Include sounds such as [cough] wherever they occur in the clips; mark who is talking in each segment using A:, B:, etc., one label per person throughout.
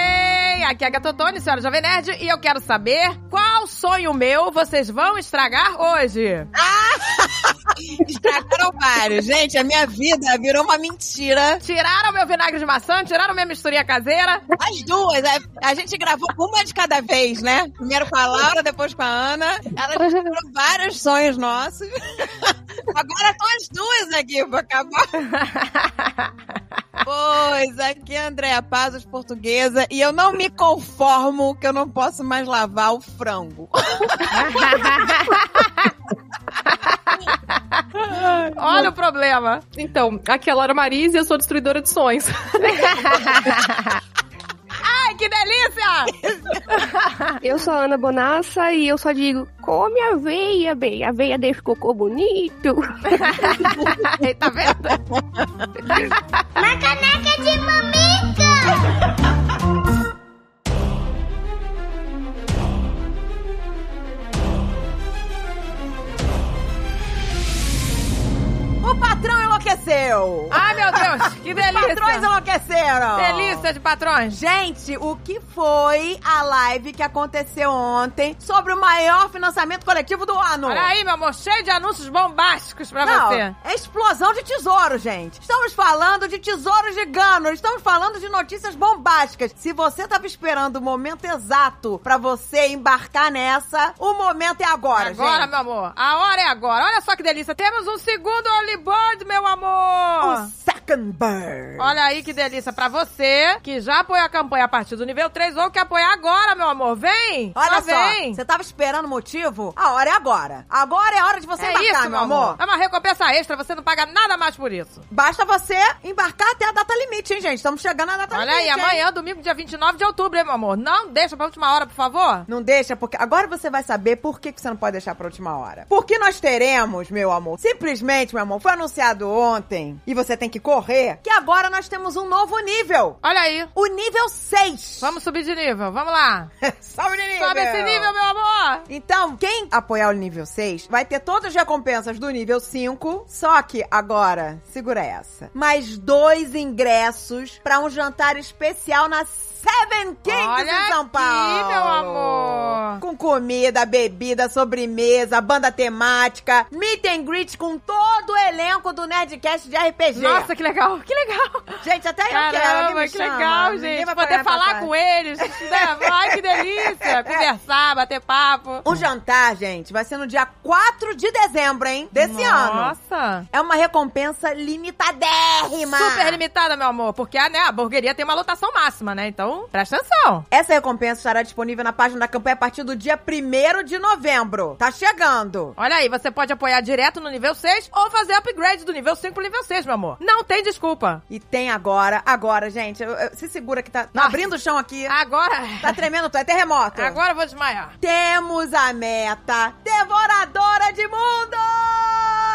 A: é a Gatotone, senhora Jovem Nerd, e eu quero saber qual sonho meu vocês vão estragar hoje.
B: Estragaram vários. Gente, a minha vida virou uma mentira.
A: Tiraram meu vinagre de maçã, tiraram minha misturinha
C: [laughs]
A: caseira.
B: As duas, a, a gente gravou uma de cada vez, né? Primeiro com a Laura, depois com a Ana. Elas [laughs] tiveram vários sonhos nossos. Agora estão as duas aqui pra acabar. Pois, aqui é a Andréa Pazos, portuguesa, e eu não me conformo que eu não posso mais lavar o frango.
A: Olha o problema.
C: Então, aqui é a Laura Marise e eu sou destruidora de sonhos.
A: [laughs] Ai, que
C: [laughs]
A: delícia!
D: Eu sou a Ana Bonassa e eu só digo: come aveia, bem. Aveia deixa o cocô
C: [laughs]
D: bonito.
A: Ai, tá vendo?
E: Uma caneca de mamica!
B: O patrão enlouqueceu!
A: Ai, meu Deus, que
B: Patrões
A: delícia.
B: enlouqueceram!
A: Delícia de patrões.
B: Gente, o que foi a live que aconteceu ontem sobre o maior financiamento coletivo do ano?
A: Olha aí, meu amor, cheio de anúncios bombásticos pra
B: Não,
A: você.
B: é explosão de tesouro, gente. Estamos falando de tesouro gigano, estamos falando de notícias bombásticas. Se você tava esperando o momento exato pra você embarcar nessa, o momento é agora,
A: Agora,
B: gente.
A: meu amor, a hora é agora. Olha só que delícia. Temos um segundo early bird, meu amor.
B: Um second bird.
A: Olha aí que delícia pra você que já apoiou a campanha a partir do nível 3 ou que apoiar agora, meu amor. Vem!
B: Olha só,
A: vem!
B: você tá tava esperando o motivo? A hora é agora. Agora é a hora de você
A: é
B: embarcar,
A: isso,
B: meu amor.
A: É uma recompensa extra, você não paga nada mais por isso.
B: Basta você embarcar até a data limite, hein, gente? Estamos chegando à data
A: Olha
B: limite.
A: aí,
B: Tá hein?
A: amanhã, domingo, dia 29 de outubro, hein, meu amor. Não deixa pra última hora, por favor.
B: Não deixa, porque agora você vai saber por que, que você não pode deixar pra última hora. Porque nós teremos, meu amor, simplesmente, meu amor, foi anunciado ontem e você tem que correr, que agora nós temos um novo nível.
A: Olha aí.
B: O nível 6.
A: Vamos subir de nível, vamos lá.
B: Sobe de nível.
A: Sobe esse nível, meu amor.
B: Então, quem apoiar o nível 6 vai ter todas as recompensas do nível 5, só que agora, segura essa, mais dois ingressos pra um jantar especial na Seven Kings
A: Olha
B: em São
A: aqui,
B: Paulo.
A: meu amor.
B: Com comida, bebida, sobremesa, banda temática, meet and greet com todo o elenco do Nerdcast de RPG.
A: Nossa, que legal, que legal.
B: gente, até eu quero. alguém
A: Caramba,
B: me
A: que
B: chama.
A: legal,
B: Ninguém
A: gente.
B: vai
A: Poder
B: pagar pra
A: falar
B: trás.
A: com eles. né? Ai, que
B: [laughs]
A: delícia. Conversar, bater papo.
B: O jantar, gente, vai ser no dia 4 de dezembro, hein? Desse ano.
A: Nossa.
B: É uma recompensa limitadérrima.
A: Super limitada, meu amor, porque né, a hamburgueria tem uma lotação máxima, né? Então, presta atenção.
B: Essa recompensa estará disponível na página da campanha a partir do dia 1 de novembro. Tá chegando.
A: Olha aí, você pode apoiar direto no nível 6 ou fazer upgrade do nível 5 pro nível 6, meu amor. Não tem desculpa.
B: E tem agora, agora, gente, eu- eu- se segura que tá
A: Nossa.
B: abrindo o chão aqui.
A: Agora.
B: Tá tremendo, tu é terremoto.
A: Agora eu vou desmaiar.
B: Temos a meta Devoradora de Mundos!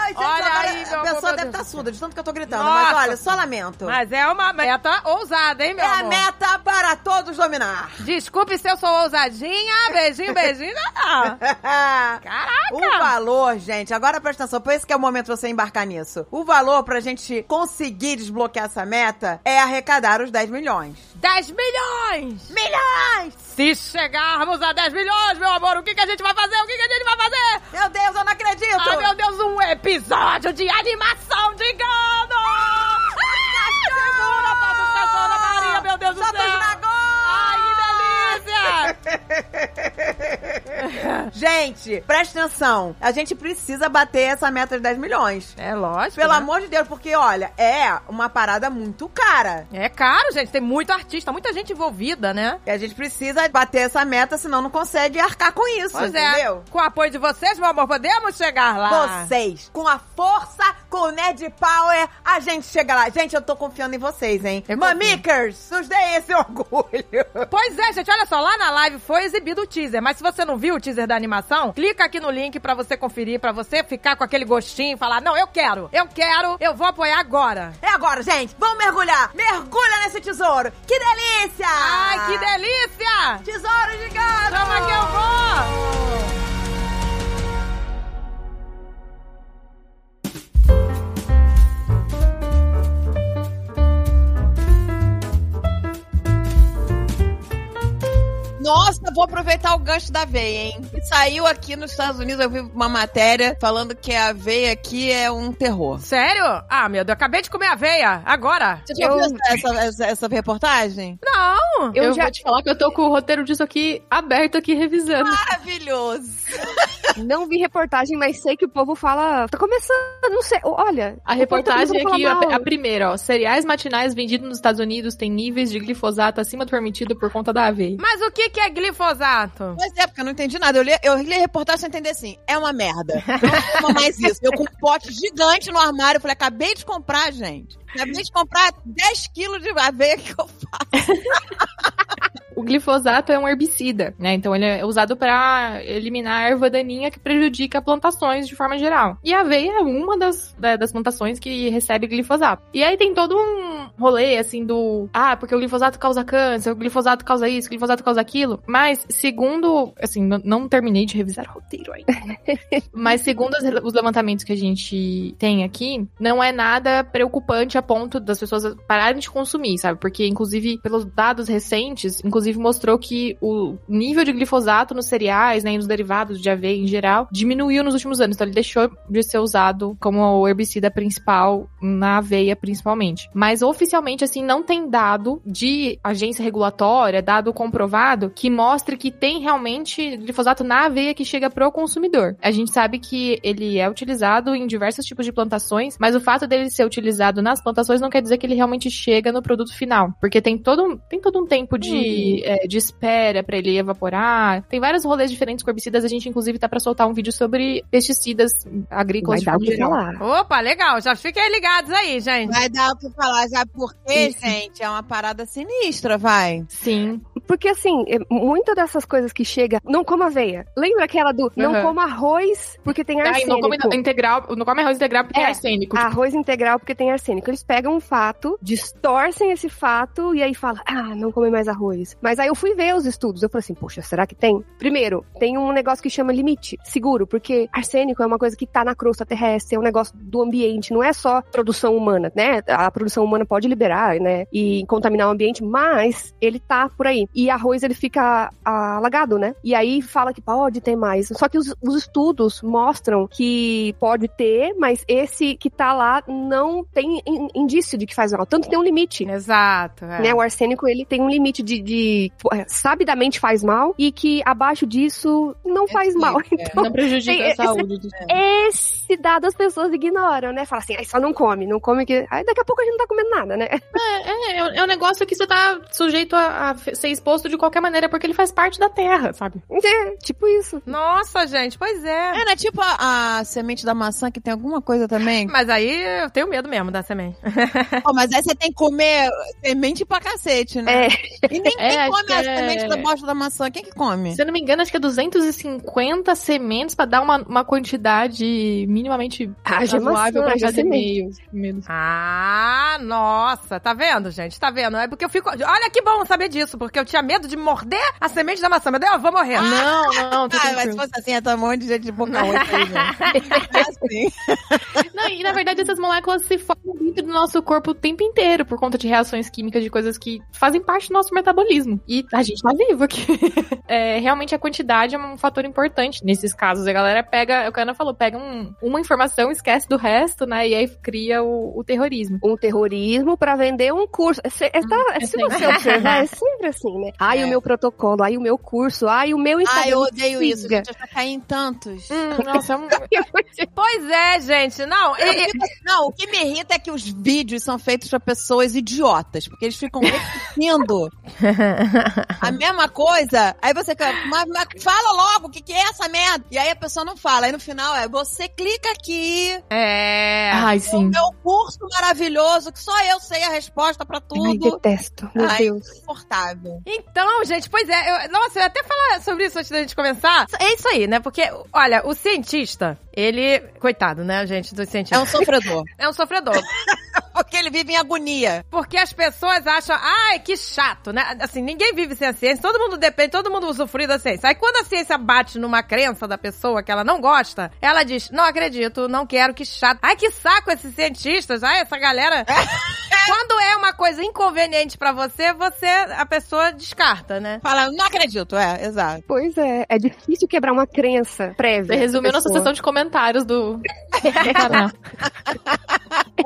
B: Gente,
A: Olha
B: agora
A: aí, meu
B: a
A: amor,
B: pessoa
A: meu
B: deve
A: Deus.
B: estar surda de tanto que eu tô gritando. Mas
A: Nossa.
B: olha, só lamento.
A: Mas é uma meta ousada, hein,
B: é
A: meu
B: a
A: amor?
B: meta para todos dominar. [laughs]
A: Desculpe se eu sou ousadinha. Beijinho, beijinho. Não. Caraca.
B: O valor, gente, agora presta atenção, por isso que é o momento de você embarcar nisso. O valor pra gente conseguir desbloquear essa meta é arrecadar os 10 milhões.
A: 10 milhões!
B: Milhões!
A: Se chegarmos a 10 milhões, meu amor, o que, que a gente vai fazer? O que, que a gente vai fazer?
B: Meu Deus, eu não acredito!
A: Ai, meu Deus, um episódio de animação de engano!
B: Ah,
A: Ai, Segura, Pablo Cachorro Maria, meu Deus do
B: Solta os
A: céu!
B: dragões!
A: Ai, que delícia!
B: Gente, presta atenção. A gente precisa bater essa meta de 10 milhões.
A: É lógico.
B: Pelo
A: né?
B: amor de Deus, porque olha, é uma parada muito cara.
A: É caro, gente. Tem muito artista, muita gente envolvida, né?
B: E a gente precisa bater essa meta, senão não consegue arcar com isso,
A: Pois
B: entendeu?
A: é. Com o apoio de vocês, meu amor, podemos chegar lá.
B: Vocês, com a força, com o Nerd Power, a gente chega lá. Gente, eu tô confiando em vocês, hein?
A: Eu confio.
B: Mamikers, nos deem esse orgulho.
A: Pois é, gente, olha só, lá na live foi exibido o teaser, mas se você não viu o teaser da animação, clica aqui no link pra você conferir, pra você ficar com aquele gostinho e falar: "Não, eu quero. Eu quero. Eu vou apoiar agora."
B: É agora, gente. Vamos mergulhar. Mergulha nesse tesouro. Que delícia!
A: Ai, que delícia!
B: Tesouro gigante!
A: Chama que eu vou!
B: eu vou aproveitar o gancho da aveia, hein? E Saiu aqui nos Estados Unidos, eu vi uma matéria falando que a aveia aqui é um terror.
A: Sério? Ah, meu Deus, acabei de comer aveia. Agora.
B: Você já
D: Eu-
B: viu essa, essa- essa- essa reportagem?
A: Não.
C: Eu,
D: Eu
C: já
D: já-
C: vou te falar que eu tô com o roteiro disso aqui aberto aqui revisando.
D: Ah,
B: Maravilhoso!
D: [laughs] Não vi reportagem, mas sei que o povo fala. Tá começando, não sei. Olha.
C: A
D: o português
C: reportagem
D: vai
C: aqui,
D: falar mal.
C: a, a primeira, ó. Cereais matinais vendidos nos Estados Unidos têm níveis de glifosato acima do permitido por conta da aveia.
A: Mas o que, que é glifosato?
B: Pois é, porque eu não entendi nada. Eu li, eu li a reportagem sem entender assim. É uma merda. Não coma mais isso. Eu com um pote gigante no armário. Eu falei, acabei de comprar, gente. Acabei de comprar 10 quilos de aveia que eu
C: O glifosato é um herbicida, né? Então ele é usado pra eliminar a erva daninha que prejudica plantações de forma geral. E a aveia é uma das, da- das plantações que recebe glifosato. E aí tem todo um rolê assim do, ah, porque o glifosato causa câncer, o glifosato causa isso, o glifosato causa aquilo. Mas segundo, assim, n- não terminei de revisar o roteiro ainda. Mas segundo as- os levantamentos que a gente tem aqui, não é nada preocupante a ponto das pessoas pararem de consumir, sabe? Porque, inclusive, pelos dados recentes, inclusive mostrou que o nível de glifosato nos cereais, né, e nos derivados de aveia em geral, diminuiu nos últimos anos. Então, ele deixou de ser usado como o herbicida principal na aveia, principalmente. Mas, oficialmente, assim, não tem dado de agência regulatória, dado comprovado, que mostre que tem realmente glifosato na aveia que chega pro consumidor. A gente sabe que ele é utilizado em diversos tipos de plantações, mas o fato dele ser utilizado nas plantações não quer dizer que ele realmente chega no produto final. Porque tem todo um, tem todo um tempo
D: Hum.
C: de, é, de espera pra ele evaporar. Tem vários rolês diferentes com herbicidas. A gente, inclusive, tá pra soltar um vídeo sobre pesticidas agrícolas
D: Vai
C: de
D: dar o que
C: forma geral.
D: falar.
A: Opa, legal. Já fiquem ligados aí, gente.
B: Vai dar o que falar já, porque, gente, é uma parada sinistra, vai.
C: Sim.
D: Porque assim, é, muita dessas coisas que chega, não coma aveia. Lembra aquela do não
C: Aham.
D: coma arroz porque tem
C: Ah, e não
D: arsênico?
C: come integral, não come arroz integral porque é,
D: É.
C: arsênico.
D: Arroz integral porque tem arsênico. Eles pegam um fato, distorcem esse fato e aí falam, ah, não come mais arroz. Mas aí eu fui ver os estudos. Eu falei assim, poxa, será que tem? Primeiro, tem um negócio que chama limite seguro, porque arsênico é uma coisa que tá na crosta terrestre, é um negócio do ambiente, não é só produção humana, né? A produção humana pode liberar, né? E contaminar o ambiente, mas ele tá por aí. E arroz, ele fica ah, alagado, né? E aí fala que pode ter mais. Só que os, os estudos mostram que pode ter, mas esse que tá lá não tem in- indício de que faz mal. Tanto tem um limite.
A: Exato. é.
D: Né, o arsênico, ele tem um limite de, de pô, é, sabidamente faz mal e que abaixo disso não faz
B: sim,
D: mal.
B: é.
D: [laughs] Então,
C: tipo, Não prejudica
D: Tem-
C: a
D: esse-
C: saúde dos
D: esse dado as pessoas ignoram, né? Fala assim, aí só não come, não come que... Aí daqui a pouco a gente não tá comendo nada, né?
C: [laughs] É, é um- é um negócio que você tá sujeito a, a fe- ser exposto de qualquer maneira, porque ele faz parte da terra, sabe?
D: É, tipo isso.
A: Nossa, gente, pois é.
B: É, não é tipo a, a semente da maçã que tem alguma coisa também?
A: Mas aí eu tenho medo mesmo da semente.
B: [laughs] Pô, mas aí você tem que comer semente pra cacete, né?
D: É.
B: E ninguém
C: É, acho
B: come
C: que
B: a
C: é-
B: semente da bosta da maçã. Quem que come?
C: Se eu não me engano, acho que é 250 sementes pra dar uma, uma quantidade minimamente
D: Haja
C: razoável
D: É maçã,
C: pra
D: haja
C: cada
D: semente.
C: e-mail. menos.
A: Ah, nossa, tá vendo, gente? Tá vendo? É porque eu fico. Olha que bom saber disso, porque eu tinha medo de morder a semente da maçã. Meu Deus, eu vou morrer. né?
C: Não, não, tô
B: Ah, mas se
C: tranquilo.
B: fosse assim, ia tomar um monte de gente de boca oito aí, gente. É assim.
C: não, e na verdade essas moléculas se formam dentro do nosso corpo o tempo inteiro por conta de reações químicas de coisas que fazem parte do nosso metabolismo. E a gente tá vivo aqui. [laughs] É, realmente a quantidade é um fator importante nesses casos. A galera pega, o Cana falou, pega um- uma informação, esquece do resto, né? E aí cria o, o terrorismo.
D: um terrorismo pra vender um curso. Se, é, tá- se
C: sempre.
D: você observar, é sempre assim, né? Ai,
B: É.
D: o meu protocolo, ai, o meu curso, ai, o meu Instagram.
B: Ai, eu odeio isso,
D: siga.
B: gente. Eu já caí em tantos.
C: Hum, nossa, é [laughs] um-
A: Pois é, gente. Não,
B: Ah. Eu
D: é,
A: e- e-
B: fico- Não, o que me irrita é que os vídeos são feitos pra pessoas idiotas, porque eles ficam
D: [laughs]
B: repetindo a mesma coisa. Aí você fica, mas, mas fala logo o que, que é essa merda. E aí a pessoa não fala. Aí no final é, você clica aqui,
A: é.
C: Ai,
B: o
C: sim.
B: meu curso maravilhoso, que só eu sei a resposta pra
D: Ai,
B: tudo.
D: detesto. Meu
B: Ai.
D: Deus.
B: Confortável.
A: Então, gente, pois é. eu- nossa, eu ia até falar sobre isso antes da gente começar. É isso aí, né? Porque, olha, o cientista, ele. Coitado, né, gente, dos
B: É
D: [laughs]
A: cientistas.
B: um sofredor.
A: É um sofredor.
B: Porque ele vive em agonia.
A: Porque as pessoas acham, ai, que chato, né? Assim, ninguém vive sem a ciência, todo mundo depende, todo mundo usufrui da ciência. Aí quando a ciência bate numa crença da pessoa que ela não gosta, ela diz, não acredito, não quero, que chato. Ai, que saco esses cientistas, ai, essa galera. quando é uma coisa inconveniente pra você, você, a pessoa descarta, né?
B: Fala, não acredito, é, exato.
D: Pois é, é difícil quebrar uma crença prévia.
C: Você resumiu nossa sessão de comentários do. [laughs] do canal.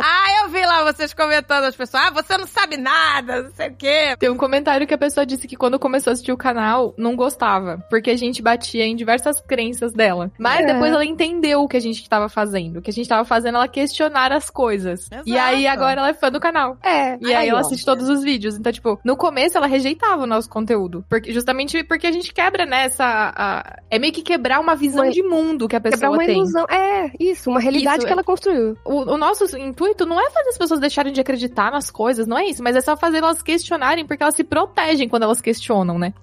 A: ah, eu vi lá vocês comentando as pessoas, ah, você não sabe nada, não sei o quê.
C: Tem um comentário que a pessoa disse que quando começou a assistir o canal, não gostava, porque a gente batia em diversas crenças dela. Mas
D: É.
C: depois ela entendeu o que a gente tava fazendo. O que a gente tava fazendo, ela questionar as coisas. E aí
B: Exato.
C: agora ela é fã do canal.
D: É.
C: E aí,
B: Aí,
C: ela
B: ó.
C: assiste todos os vídeos. Então, tipo, no começo ela rejeitava o nosso conteúdo. Porque, justamente porque a gente quebra, né, essa... a- é meio que quebrar uma visão
D: Uma-
C: de mundo que a
D: Quebrar
C: pessoa
D: uma
C: tem.
D: ilusão. É, isso, uma realidade
C: Isso,
D: que ela construiu.
C: O, o nosso intuito não é fazer as pessoas deixarem de acreditar nas coisas, não é isso. Mas é só fazer elas questionarem, porque elas se protegem quando elas questionam, né?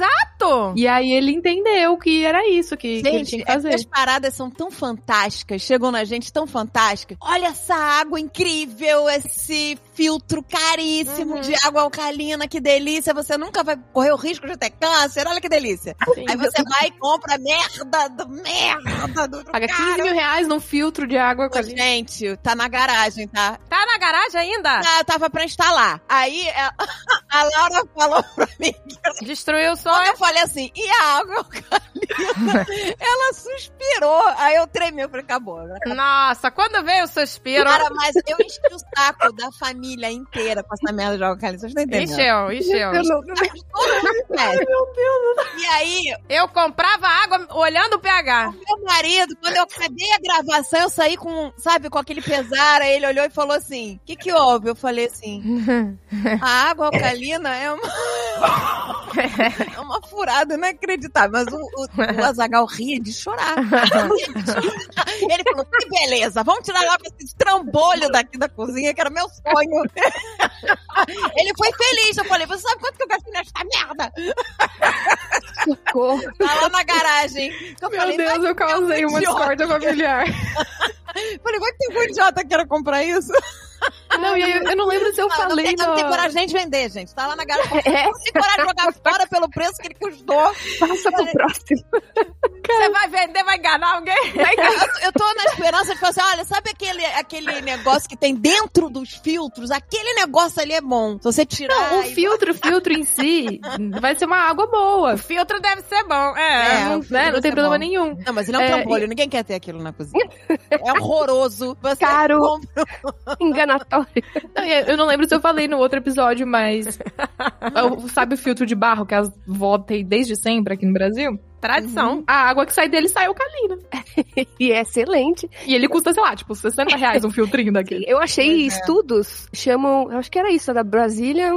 A: Exato!
C: E aí ele entendeu que era isso que, que ele tinha
B: Tipo, Gente, é,
C: que fazer.
B: as paradas são tão fantásticas, chegam na gente tão fantásticas. Olha essa água incrível, esse filtro caríssimo
C: Uhum.
B: de água alcalina, que delícia. Você nunca vai correr o risco de ter câncer, olha que delícia.
C: Sim.
B: Aí você vai e compra a merda do merda do
C: Paga 15
B: cara.
C: mil reais num filtro de água com a gente.
B: Gente, tá na garagem, tá?
A: Tá na garagem ainda?
C: Tá.
B: Ah, tava pra instalar. Aí a, [laughs] a Laura falou pra mim
A: Destruiu o
B: Quando
A: sonho.
B: eu falei assim, e a água
C: [laughs]
B: eucalipta? ela suspirou. Aí eu tremi, eu falei, acabou. né?
A: Nossa, quando veio o suspiro.
B: Cara, mas eu enchi o saco da família inteira com essa merda de água eucalipta. Vocês não entendem.
A: Encheu, encheu.
D: Eu não-
B: Todo mundo conhece. E aí,
A: Eu comprava água olhando o pH.
B: meu marido, quando eu acabei a gravação, eu saí com, sabe, com aquele pesar. Aí ele olhou e falou assim, o que que houve? Eu falei
C: [laughs]
B: assim, a água alcalina é uma... É uma furada inacreditável, mas o, o, o Azagal ria de chorar. Ele falou: que beleza, vamos tirar logo esse trambolho daqui da cozinha, que era meu sonho. Ele foi feliz. Eu falei: você sabe quanto que eu gastei nesta merda?
D: Socorro.
B: Tá lá na garagem. Eu
C: Meu
B: falei,
C: Deus, eu causei uma
B: idiota.
C: discórdia
B: [laughs]
C: familiar.
B: "Vai", falei, vai que tem um idiota que era comprar isso.
C: Não, e aí eu, eu não lembro se eu
B: Não,
C: falei. É.
B: não, tem, não tem
C: no-
B: coragem de vender, gente. Tá lá na garagem. Não tem coragem de jogar fora pelo preço que ele custou.
D: Passa pro próximo.
A: Você vai vender, vai enganar alguém?
B: Eu, eu tô na esperança de falar assim, olha, sabe aquele, aquele negócio que tem dentro dos filtros? Aquele negócio ali é bom. Se você tirar...
C: Não, o
B: e-
C: filtro, o filtro em si vai ser uma água boa.
A: O filtro deve ser bom. É.
B: É.
C: não,
B: o filtro
C: né,
B: vai
C: não tem
B: ser
C: problema
B: bom.
C: nenhum.
B: Não, mas ele é um
C: É,
B: trambolho, ninguém quer ter aquilo na
D: [laughs]
B: cozinha. É horroroso. Você
D: Caro.
B: compra-
D: Enganatório.
C: Não, e eu não lembro se eu falei no outro
B: [laughs]
C: episódio, mas. eu- sabe o filtro de barro que as vó tem desde sempre aqui no Brasil?
A: Tradição.
C: Então, A água que sai dele sai alcalina.
D: E é excelente.
C: E ele custa, sei lá, tipo, [laughs] 60 reais um filtrinho daquele.
D: Eu achei estudos, chamam. Eu acho que era isso, da Brasília.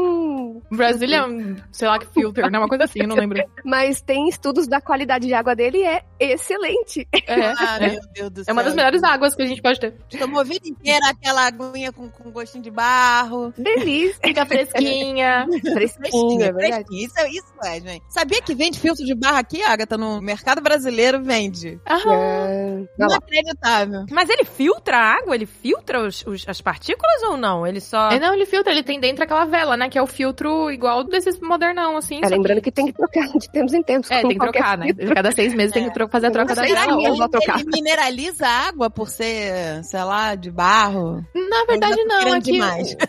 C: Brazilian, é um, sei [laughs] lá que filter, né? Uma coisa assim, eu não lembro.
D: Mas tem estudos da qualidade de água dele e é excelente.
C: [laughs] É.
B: Ah,
C: é.
B: meu Deus do céu.
C: É uma das melhores águas que a gente pode ter.
B: Tomou a vida inteira aquela aguinha com, com gostinho de barro.
C: [laughs]
D: Delícia.
C: Fica [laughs] fresquinha.
D: Fresquinha, é verdade.
B: Fresquinho, Isso, é- isso é, gente. Sabia que vende filtro de barro aqui, Agatha? No mercado brasileiro vende.
C: Ah,
D: Vai lá.
B: Inacreditável.
A: Mas ele filtra a água? Ele filtra os- os- as partículas ou não? Ele só.
C: é, não, ele filtra, ele tem dentro aquela vela, né? Que é o filtro igual desses modernão, assim.
D: É,
C: só
D: lembrando que tem que trocar de tempos em tempos.
C: É,
D: como
C: tem que
D: qualquer
C: trocar, né?
D: filtro.
C: Cada seis meses tem que tro- fazer a troca da
D: Sei lá,
C: vela.
D: minha
C: Ou-
D: eu vou trocar.
B: Ele mineraliza a água por ser, sei lá, de barro.
C: Na verdade,
B: tô
C: não. É
B: querendo
C: que,
B: demais.
C: [laughs]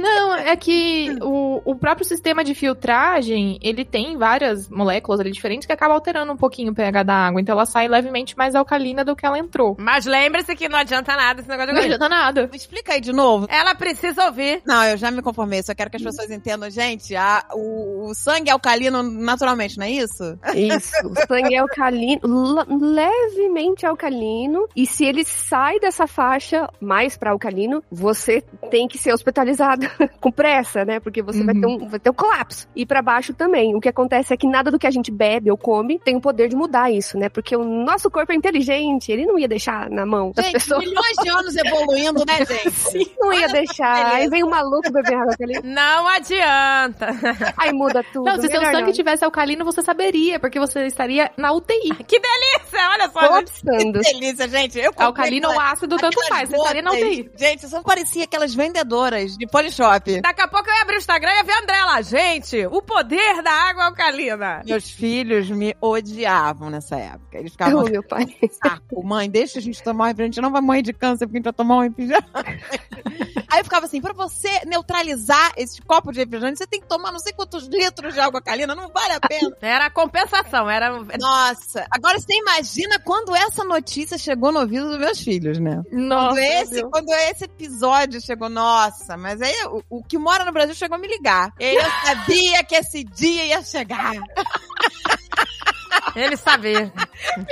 C: não, é que o, o próprio sistema de filtragem, ele tem várias moléculas ali diferentes que acabam alterando um pouquinho o pH da água. Então ela sai levemente mais alcalina do que ela entrou.
A: Mas lembre-se que não adianta nada esse negócio de
C: Não
A: gordura.
C: adianta nada.
B: Me explica aí de novo.
A: Ela precisa ouvir.
B: Não, eu já me conformei, só
D: Hum.
B: quero que as pessoas entendam. Gente, a- o, o sangue é alcalino naturalmente, não é isso?
D: Isso. O sangue é alcalino, le- levemente alcalino. E se ele sai dessa faixa mais pra alcalino, você tem que ser desorganizada, [laughs] com pressa, né? Porque você vai, ter
C: Uhum.
D: um, vai ter um colapso. E pra baixo também. O que acontece é que nada do que a gente bebe ou come tem o poder de mudar isso, né? Porque o nosso corpo é inteligente, ele não ia deixar na mão das
F: Gente,
D: pessoas.
F: milhões de anos
C: [laughs]
F: evoluindo, né, gente?
D: Não ia deixar. Aí vem um maluco beber água ali.
A: Não adianta. [laughs]
D: Aí muda tudo.
C: Não, se seu
D: Melhor
C: sangue
D: não.
C: tivesse alcalino, você saberia, porque você estaria na UTI.
A: Que delícia, olha só. gente.
C: [laughs]
D: colapsando.
F: Delícia, gente. Eu comprei
B: é
C: Alcalino ou
F: aquela-
C: ácido, tanto
F: aquelas
C: faz. Você estaria na
F: gotas.
C: UTI.
F: Gente, eu só parecia aquelas vendedoras de Polishop.
A: Daqui a pouco eu ia abrir o Instagram e ia ver a André lá. Gente, o poder da água alcalina.
F: Meus filhos me odiavam nessa época. Eles ficavam
D: Oh, meu pai.
C: É,
F: saco. Mãe, deixa a gente tomar, a gente não vai morrer de câncer porque a gente vai tomar um
C: [laughs]
F: refrigerante. Aí eu ficava assim, pra você neutralizar esse copo de refrigerante, você tem que tomar não sei quantos litros de água calina, não vale a pena.
C: [laughs]
A: Era a compensação, era...
F: Nossa, agora você imagina quando essa notícia chegou no ouvido dos meus filhos, né? Quando
C: Nossa,
F: esse,
C: meu.
F: quando esse episódio chegou, nossa, mas aí o, o que mora no Brasil chegou a me ligar. E
C: [laughs]
F: eu sabia que esse dia ia chegar.
A: Ele sabia.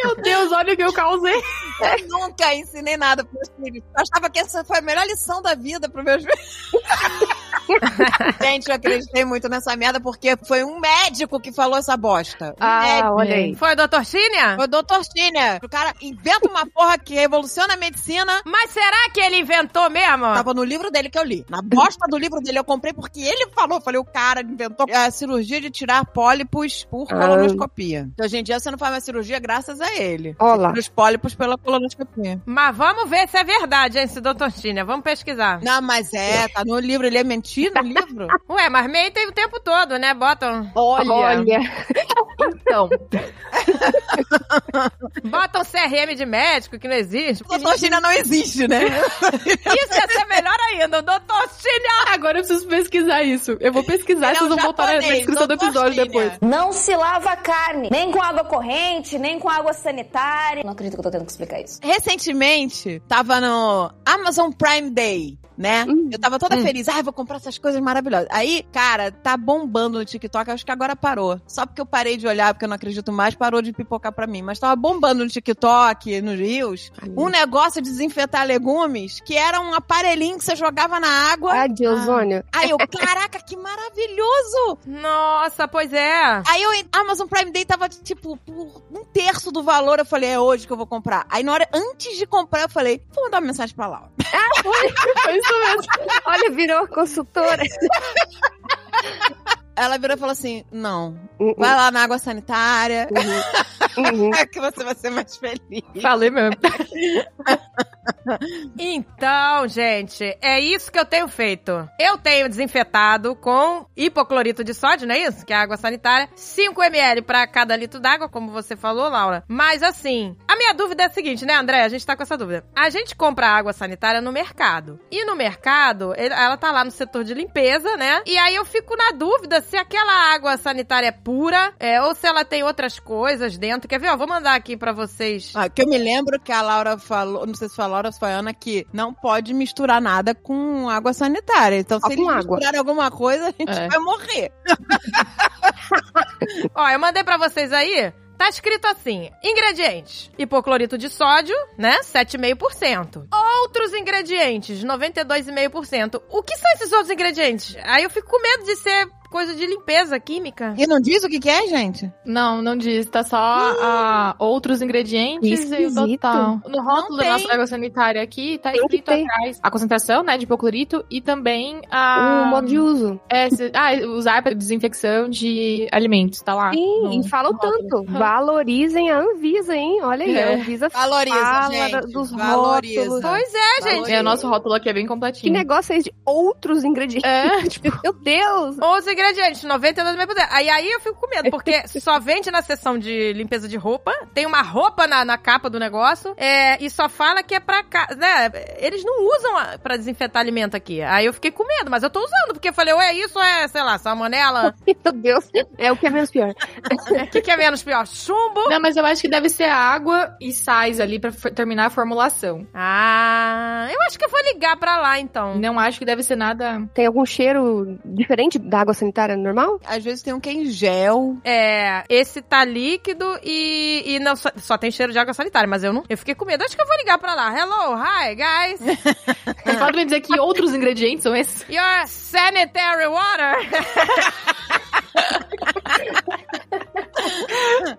C: meu Deus, olha o que eu causei.
F: Eu nunca ensinei nada pros meus filhos. Eu achava que essa foi a melhor lição da vida pros meus filhos.
C: [laughs]
F: Gente, eu acreditei muito nessa merda porque foi um médico que falou essa bosta. Um médico.
C: é.
D: Ah, olha aí.
A: Foi o doutor Xínia?
F: Foi o doutor China. O cara inventa uma porra que revoluciona a medicina.
A: Mas será que ele inventou mesmo?
F: Tava no livro dele que eu li. Na bosta do livro dele eu comprei porque ele falou. Eu Falei, o cara inventou a cirurgia de tirar pólipos por
D: Ah.
F: colonoscopia. Então, hoje em dia você não faz mais cirurgia graças a ele.
D: Ó lá.
F: Tira Os pólipos pela colonoscopia.
A: Mas vamos ver se é verdade, hein, esse doutor Xínia. Vamos pesquisar.
F: Não, mas é, tá no livro. Ele é mentir no livro?
A: Ué, mas mentem o tempo todo, né? Botam,
F: Olha.
D: Olha.
C: Então,
A: botam CRM de médico que não existe.
F: O doutor China não existe, né?
A: Isso ia ser melhor ainda, o doutor Xínia.
C: Ah, agora eu preciso pesquisar isso. Eu vou pesquisar,
F: Ele é um
C: vocês vão voltar na- na
F: japonês,
C: descrição do
F: doutor
C: episódio
F: China.
C: depois.
G: Não se lava a carne, nem com água corrente, nem com água sanitária. Não acredito que eu tô tendo que explicar isso.
F: Recentemente, tava no Amazon Prime Day, né?
D: Hum.
F: Eu tava toda feliz. Ah, vou comprar essas coisas maravilhosas. Aí, cara, tá bombando no TikTok. Acho que agora parou. Só porque eu parei de olhar, porque eu não acredito mais, parou de pipocar pra mim. Mas tava bombando no TikTok, nos rios, um negócio de desinfetar legumes, que era um aparelhinho que você jogava na água.
D: Ah, de ozônio.
F: Aí eu, caraca, que maravilhoso!
A: Nossa, pois é.
F: Aí eu, Amazon Prime Day tava, tipo, por um terço do valor. Eu falei, é hoje que eu vou comprar. Aí na hora, antes de comprar, eu falei, vou mandar uma mensagem pra Laura.
C: Foi isso mesmo.
D: Olha, virou consultora.
F: Ela virou e falou assim: não,
D: Uhum,
F: vai lá na água sanitária,
D: uhum.
F: é [laughs] que você vai ser mais feliz.
C: Falei mesmo.
A: Então, gente, é isso que eu tenho feito. Eu tenho desinfetado com hipoclorito de sódio, não é isso? Que é água sanitária. 5 ml pra cada litro d'água, como você falou, Laura. Mas assim, a minha dúvida é a seguinte, né, André? A gente tá com essa dúvida. A gente compra água sanitária no mercado. E no mercado, ele- ela tá lá no setor de limpeza, né? E aí eu fico na dúvida se aquela água sanitária é pura é, ou se ela tem outras coisas dentro. Quer ver? Ó, vou mandar aqui pra vocês.
F: Ah, que eu me lembro que a Laura falou, não sei se foi a Laura ou se foi a Ana, que não pode misturar nada com água sanitária. Então, se
D: Ah, com
F: eles
D: água.
F: misturarem alguma coisa, a gente
C: É.
F: vai morrer.
A: Ó, eu mandei pra vocês aí. Tá escrito assim: ingredientes: hipoclorito de sódio, né? 7,5%. Outros ingredientes: 92,5%. O que são esses outros ingredientes? Aí eu fico com medo de ser coisa de limpeza química.
F: E não diz o que, que é, gente?
C: Não, não diz. Tá só ah, outros ingredientes
D: Que
C: e o total. No rótulo da
F: tem.
C: nossa água sanitária aqui, tá
D: Tem que
C: escrito
D: ter.
C: atrás a concentração, né, de hipoclorito e também a...
D: O modo de uso.
C: É, se- ah, usar para desinfecção de alimentos, tá lá. no-
D: Sim, então, e fala o
C: no rótulo.
D: tanto. Valorizem a Anvisa, hein? Olha aí, a
C: É.
D: Anvisa
F: Valoriza,
D: fala
F: gente.
D: dos
F: valoriza.
D: rótulos.
A: Pois é, gente.
C: É, o nosso rótulo aqui é bem
D: Que
C: completinho.
D: negócio é esse de outros ingredientes? [laughs]
C: É, tipo,
D: Meu Deus! [laughs]
A: Outros ingredientes, 92,5%. Aí, aí eu fico com medo, porque só vende na seção de limpeza de roupa, tem uma roupa na, na capa do negócio, é, e só fala que é pra casa. Né, eles não usam a- pra desinfetar alimento aqui. Aí eu fiquei com medo, mas eu tô usando, porque eu falei, ué, isso é, sei lá, salmonela?
D: Meu Deus! É o que é menos pior.
A: O que, que é menos pior? Chumbo?
C: não, mas eu acho que deve ser água e sais ali pra f- terminar a formulação.
A: Ah, eu acho que eu vou ligar pra lá então.
D: [laughs]
C: Não acho que deve ser nada.
D: Tem algum cheiro diferente da água sanitária normal?
F: Às vezes tem um que é em [laughs] gel.
A: É, esse tá líquido e, e não, só, só tem cheiro de água sanitária, mas eu não. Eu fiquei com medo. Acho que eu vou ligar pra lá. Hello, hi, guys.
C: Você pode me dizer que outros ingredientes são esses?
A: Your sanitary water.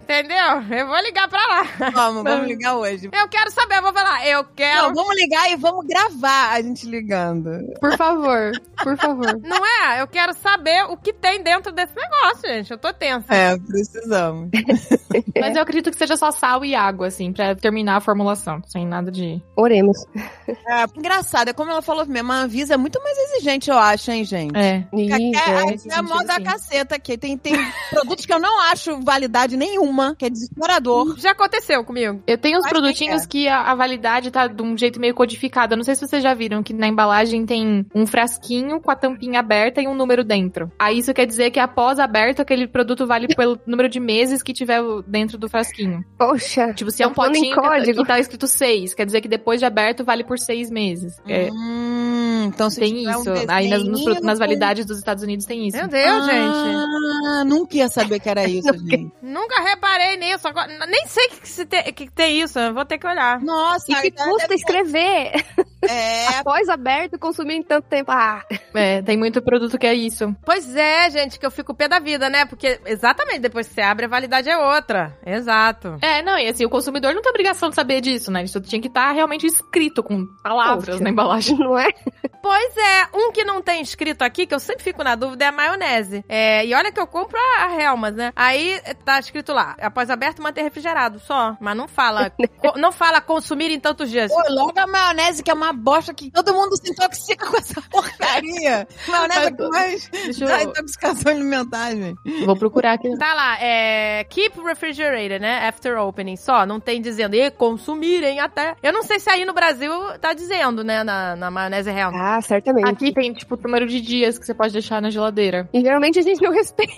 A: Entendeu? Eu vou ligar pra lá.
F: Vamos, vamos ligar hoje.
A: Eu quero saber, eu vou falar. Eu quero.
F: Não, É, vamos ligar e vamos gravar a gente ligando.
C: Por favor, por favor.
A: Não é? Eu quero saber o que tem dentro desse negócio, gente. Eu tô tensa.
F: É, precisamos.
D: É.
C: Mas eu acredito que seja só sal e água, assim, pra terminar a formulação. Sem nada de.
D: Oremos.
F: É, engraçado, é como ela falou mesmo, a Anvisa é muito mais exigente, eu acho, hein, gente?
C: É.
F: É,
D: Ih, é,
F: é,
C: nesse
F: é a
C: sentido,
F: moda
C: sim.
F: caceta aqui. Tem, [laughs] tem produtos que eu não acho validade nenhuma, que é desesperador.
A: Já aconteceu comigo.
C: Eu tenho uns
F: Mas
C: produtinhos que a, a validade tá de um jeito meio codificado. Eu não sei se vocês já viram que na embalagem tem um frasquinho com a tampinha aberta e um número dentro. Aí isso quer dizer que após aberto, aquele produto vale
D: [laughs]
C: pelo número de meses que tiver o- dentro do frasquinho.
D: Poxa.
C: Tipo, se é um
D: Tá falando em
C: potinho que-
D: código.
C: que tá escrito seis, quer dizer que depois de aberto vale por seis meses.
D: Uhum.
C: É,
F: Hum, então se
C: tem
F: tiver um
C: isso. Aí nas, nos
F: desenho
C: pro- nas
F: com-
C: validades dos Estados Unidos tem isso.
A: Meu Deus, gente.
F: Ah, nunca ia saber que era isso, gente.
A: Nunca reparei nisso. Agora, n- nem sei que, se tem, que tem isso. Eu vou ter que olhar.
F: Nossa,
D: E que
F: cara,
D: custa escrever?
F: [laughs] é,
D: Após aberto, consumir em tanto tempo. Ah,
C: É, tem muito produto que é isso.
A: Pois é, gente, que eu fico pé da vida, né? Porque exatamente depois que você abre, a validade é outra. Exato.
C: É, não, e assim, o consumidor não tem obrigação de saber disso, né? Isso tinha que estar realmente escrito com palavras
D: Poxa.
C: na [laughs] embalagem.
D: não é?
A: Pois é, um que não tem escrito aqui, que eu sempre fico na dúvida, é a maionese. É, e olha que eu compro a a Helmas, né? Aí eh, tá escrito lá, após aberto, manter refrigerado, só. Mas não fala, co- não fala consumir em tantos dias.
F: Pô, logo a maionese, que é uma bosta que todo mundo se intoxica com essa porcaria. Maionese é o que mais
C: Deixa
F: dá
C: eu... [laughs]
F: intoxicação alimentar, gente.
C: Vou procurar aqui.
A: Tá lá, é. Keep refrigerated, né? After opening. Só, não tem dizendo. E consumirem até. Eu não sei se aí no Brasil tá dizendo, né? Na, na maionese real. [laughs]
D: Ah, certamente.
C: Aqui tem, tipo, o número de dias que você pode deixar na geladeira.
D: E geralmente a gente não [laughs] respeita.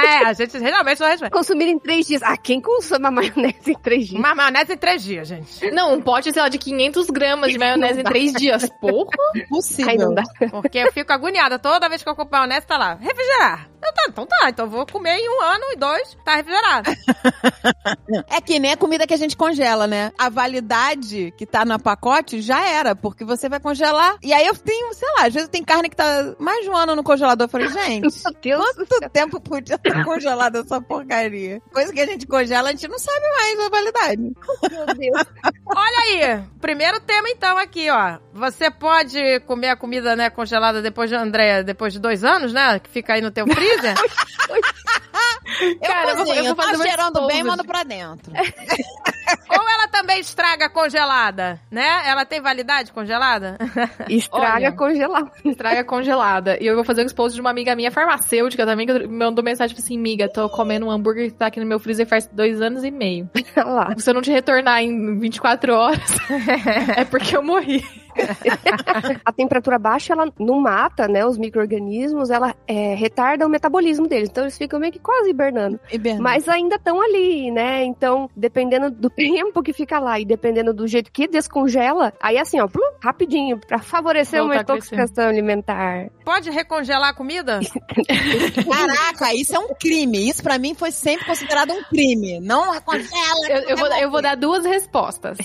A: é, a gente realmente não respeita.
D: Consumir em três dias. Ah, quem consome a maionese em três dias?
A: Uma maionese em três dias, gente.
C: Não, um pote, sei lá, de 500 gramas de maionese em 3 dias. Porra!
D: Ai, não
F: Impossível.
D: dá.
A: Porque eu fico agoniada toda vez que eu compro maionese, tá lá. Refrigerar. Eu, tá, então tá, então eu vou comer em um ano e dois, tá refrigerado.
F: É que nem a comida que a gente congela, né? A validade que tá no pacote já era, porque você vai congelar. E aí eu tenho, sei lá, às vezes tem carne que tá mais de um ano no congelador. Eu
C: [laughs]
F: falei, gente.
D: Meu Deus do céu.
F: Quanto tempo podia estar congelada essa porcaria? Coisa que a gente congela, a gente não sabe mais a validade.
D: Meu Deus.
A: Olha aí, primeiro tema então aqui, ó. Você pode comer a comida, né, congelada depois de Andréia, depois de dois anos, né? Que fica aí no teu freezer.
F: Eu
C: Cara, eu vou- eu
F: cozinho,
C: vou fazer
F: tá
C: uma É.
F: cheirando bem,
C: exposed.
F: mando pra dentro.
A: Ou ela também estraga congelada, né? Ela tem validade congelada?
D: Estraga
C: Olha.
D: congelar.
C: [laughs] Estraga congelada. E eu vou fazer um expose de uma amiga minha farmacêutica também, que me mandou mensagem tipo assim: Miga, tô comendo um hambúrguer que tá aqui no meu freezer faz dois anos e meio.
D: Olha lá.
C: Se eu não te retornar em 24 horas, [laughs] é porque eu morri.
D: A temperatura baixa, ela não mata, né? Os micro-organismos, ela é, retarda o metabolismo deles. Então eles ficam meio que quase hibernando.
F: E
C: É.
F: Bernardo?
D: Mas ainda estão ali, né? Então, dependendo do [laughs] tempo que fica lá e dependendo do jeito que descongela, aí assim, ó, plum, rapidinho, pra favorecer
C: Voltar
D: uma
C: a crescer.
D: intoxicação alimentar.
A: Pode recongelar a comida?
F: Caraca, isso é um crime. Isso pra mim foi sempre considerado um crime. Não congela.
C: Eu, eu vou, eu vou dar duas respostas.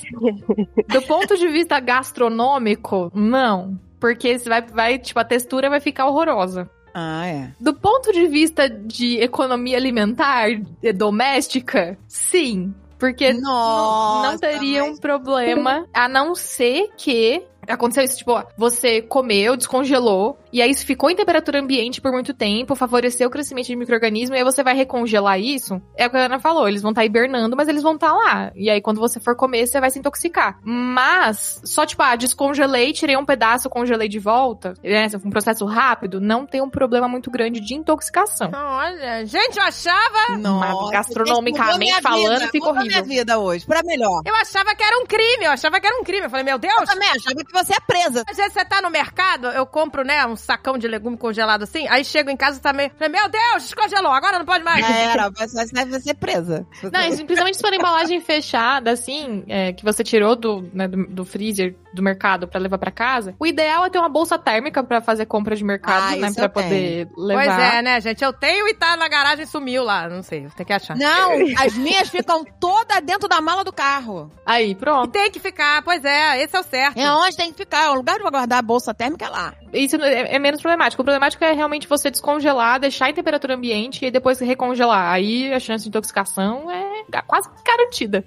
C: Do ponto de vista gastronômico, não. Porque você vai, vai, tipo, a textura vai ficar horrorosa.
F: Ah, é.
C: Do ponto de vista de economia alimentar eh, doméstica, sim. Porque não-
F: Nossa,
C: não teria um
F: mas-
C: problema, a não ser que. Aconteceu isso, tipo, ó, você comeu, descongelou, e aí isso ficou em temperatura ambiente por muito tempo, favoreceu o crescimento de micro-organismo, e aí você vai recongelar isso. É o que a Ana falou, eles vão estar hibernando, mas eles vão estar lá. E aí quando você for comer, você vai se intoxicar. Mas, só tipo, ah, descongelei, tirei um pedaço, congelei de volta, né, um processo rápido, não tem um problema muito grande de intoxicação.
A: Olha, gente, eu achava,
F: Nossa,
C: Mas gastronomicamente
F: isso mudou minha
C: falando,
F: vida,
C: fica
F: mudou
C: horrível.
F: minha vida hoje, pra melhor.
A: eu achava que era um crime, eu achava que era um crime. Eu falei, meu Deus,
F: Eu também achava que você é presa.
A: Às vezes você tá no mercado, eu compro, né, um sacão de legume congelado assim, aí chego em casa também. Falei, meu Deus, descongelou, agora não pode mais.
F: Já era, você vai ser presa.
C: Não, isso, principalmente se for embalagem fechada, assim, é, que você tirou do, né, do, do freezer do mercado pra levar pra casa. O ideal é ter uma bolsa térmica pra fazer compra de mercado,
F: Ah,
C: né?
F: isso
C: Pra
F: eu
C: poder levar.
A: Pois é, né, gente? Eu tenho e tá na garagem e sumiu lá. Não sei, tem que achar.
F: Não, as minhas ficam todas dentro da mala do carro.
C: Aí,
A: E
C: pronto.
A: tem que ficar, pois é, esse é o certo.
F: É onde tem que ficar. O lugar pra guardar a bolsa térmica é lá.
C: Isso é, é menos problemático. O problemático é realmente você descongelar, deixar em temperatura ambiente e depois recongelar. Aí a chance de intoxicação é ga- quase garantida.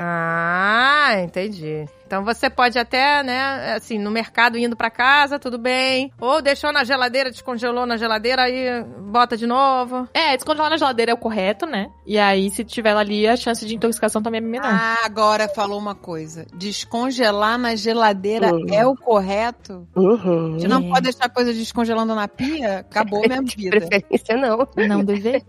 A: Ah, entendi. Então você pode até, né, assim, no mercado indo pra casa, tudo bem. Ou deixou na geladeira, descongelou na geladeira, aí bota de novo.
C: É, descongelar na geladeira é o correto, né? E aí, se tiver ali, a chance de intoxicação também é menor.
F: Ah, agora falou uma coisa. Descongelar na geladeira
D: Uhum.
F: é o correto?
D: Uhum.
F: A gente não pode deixar coisa descongelando na pia? Acabou minha vida.
D: Preferência não.
C: Não
F: [laughs]
C: deveria.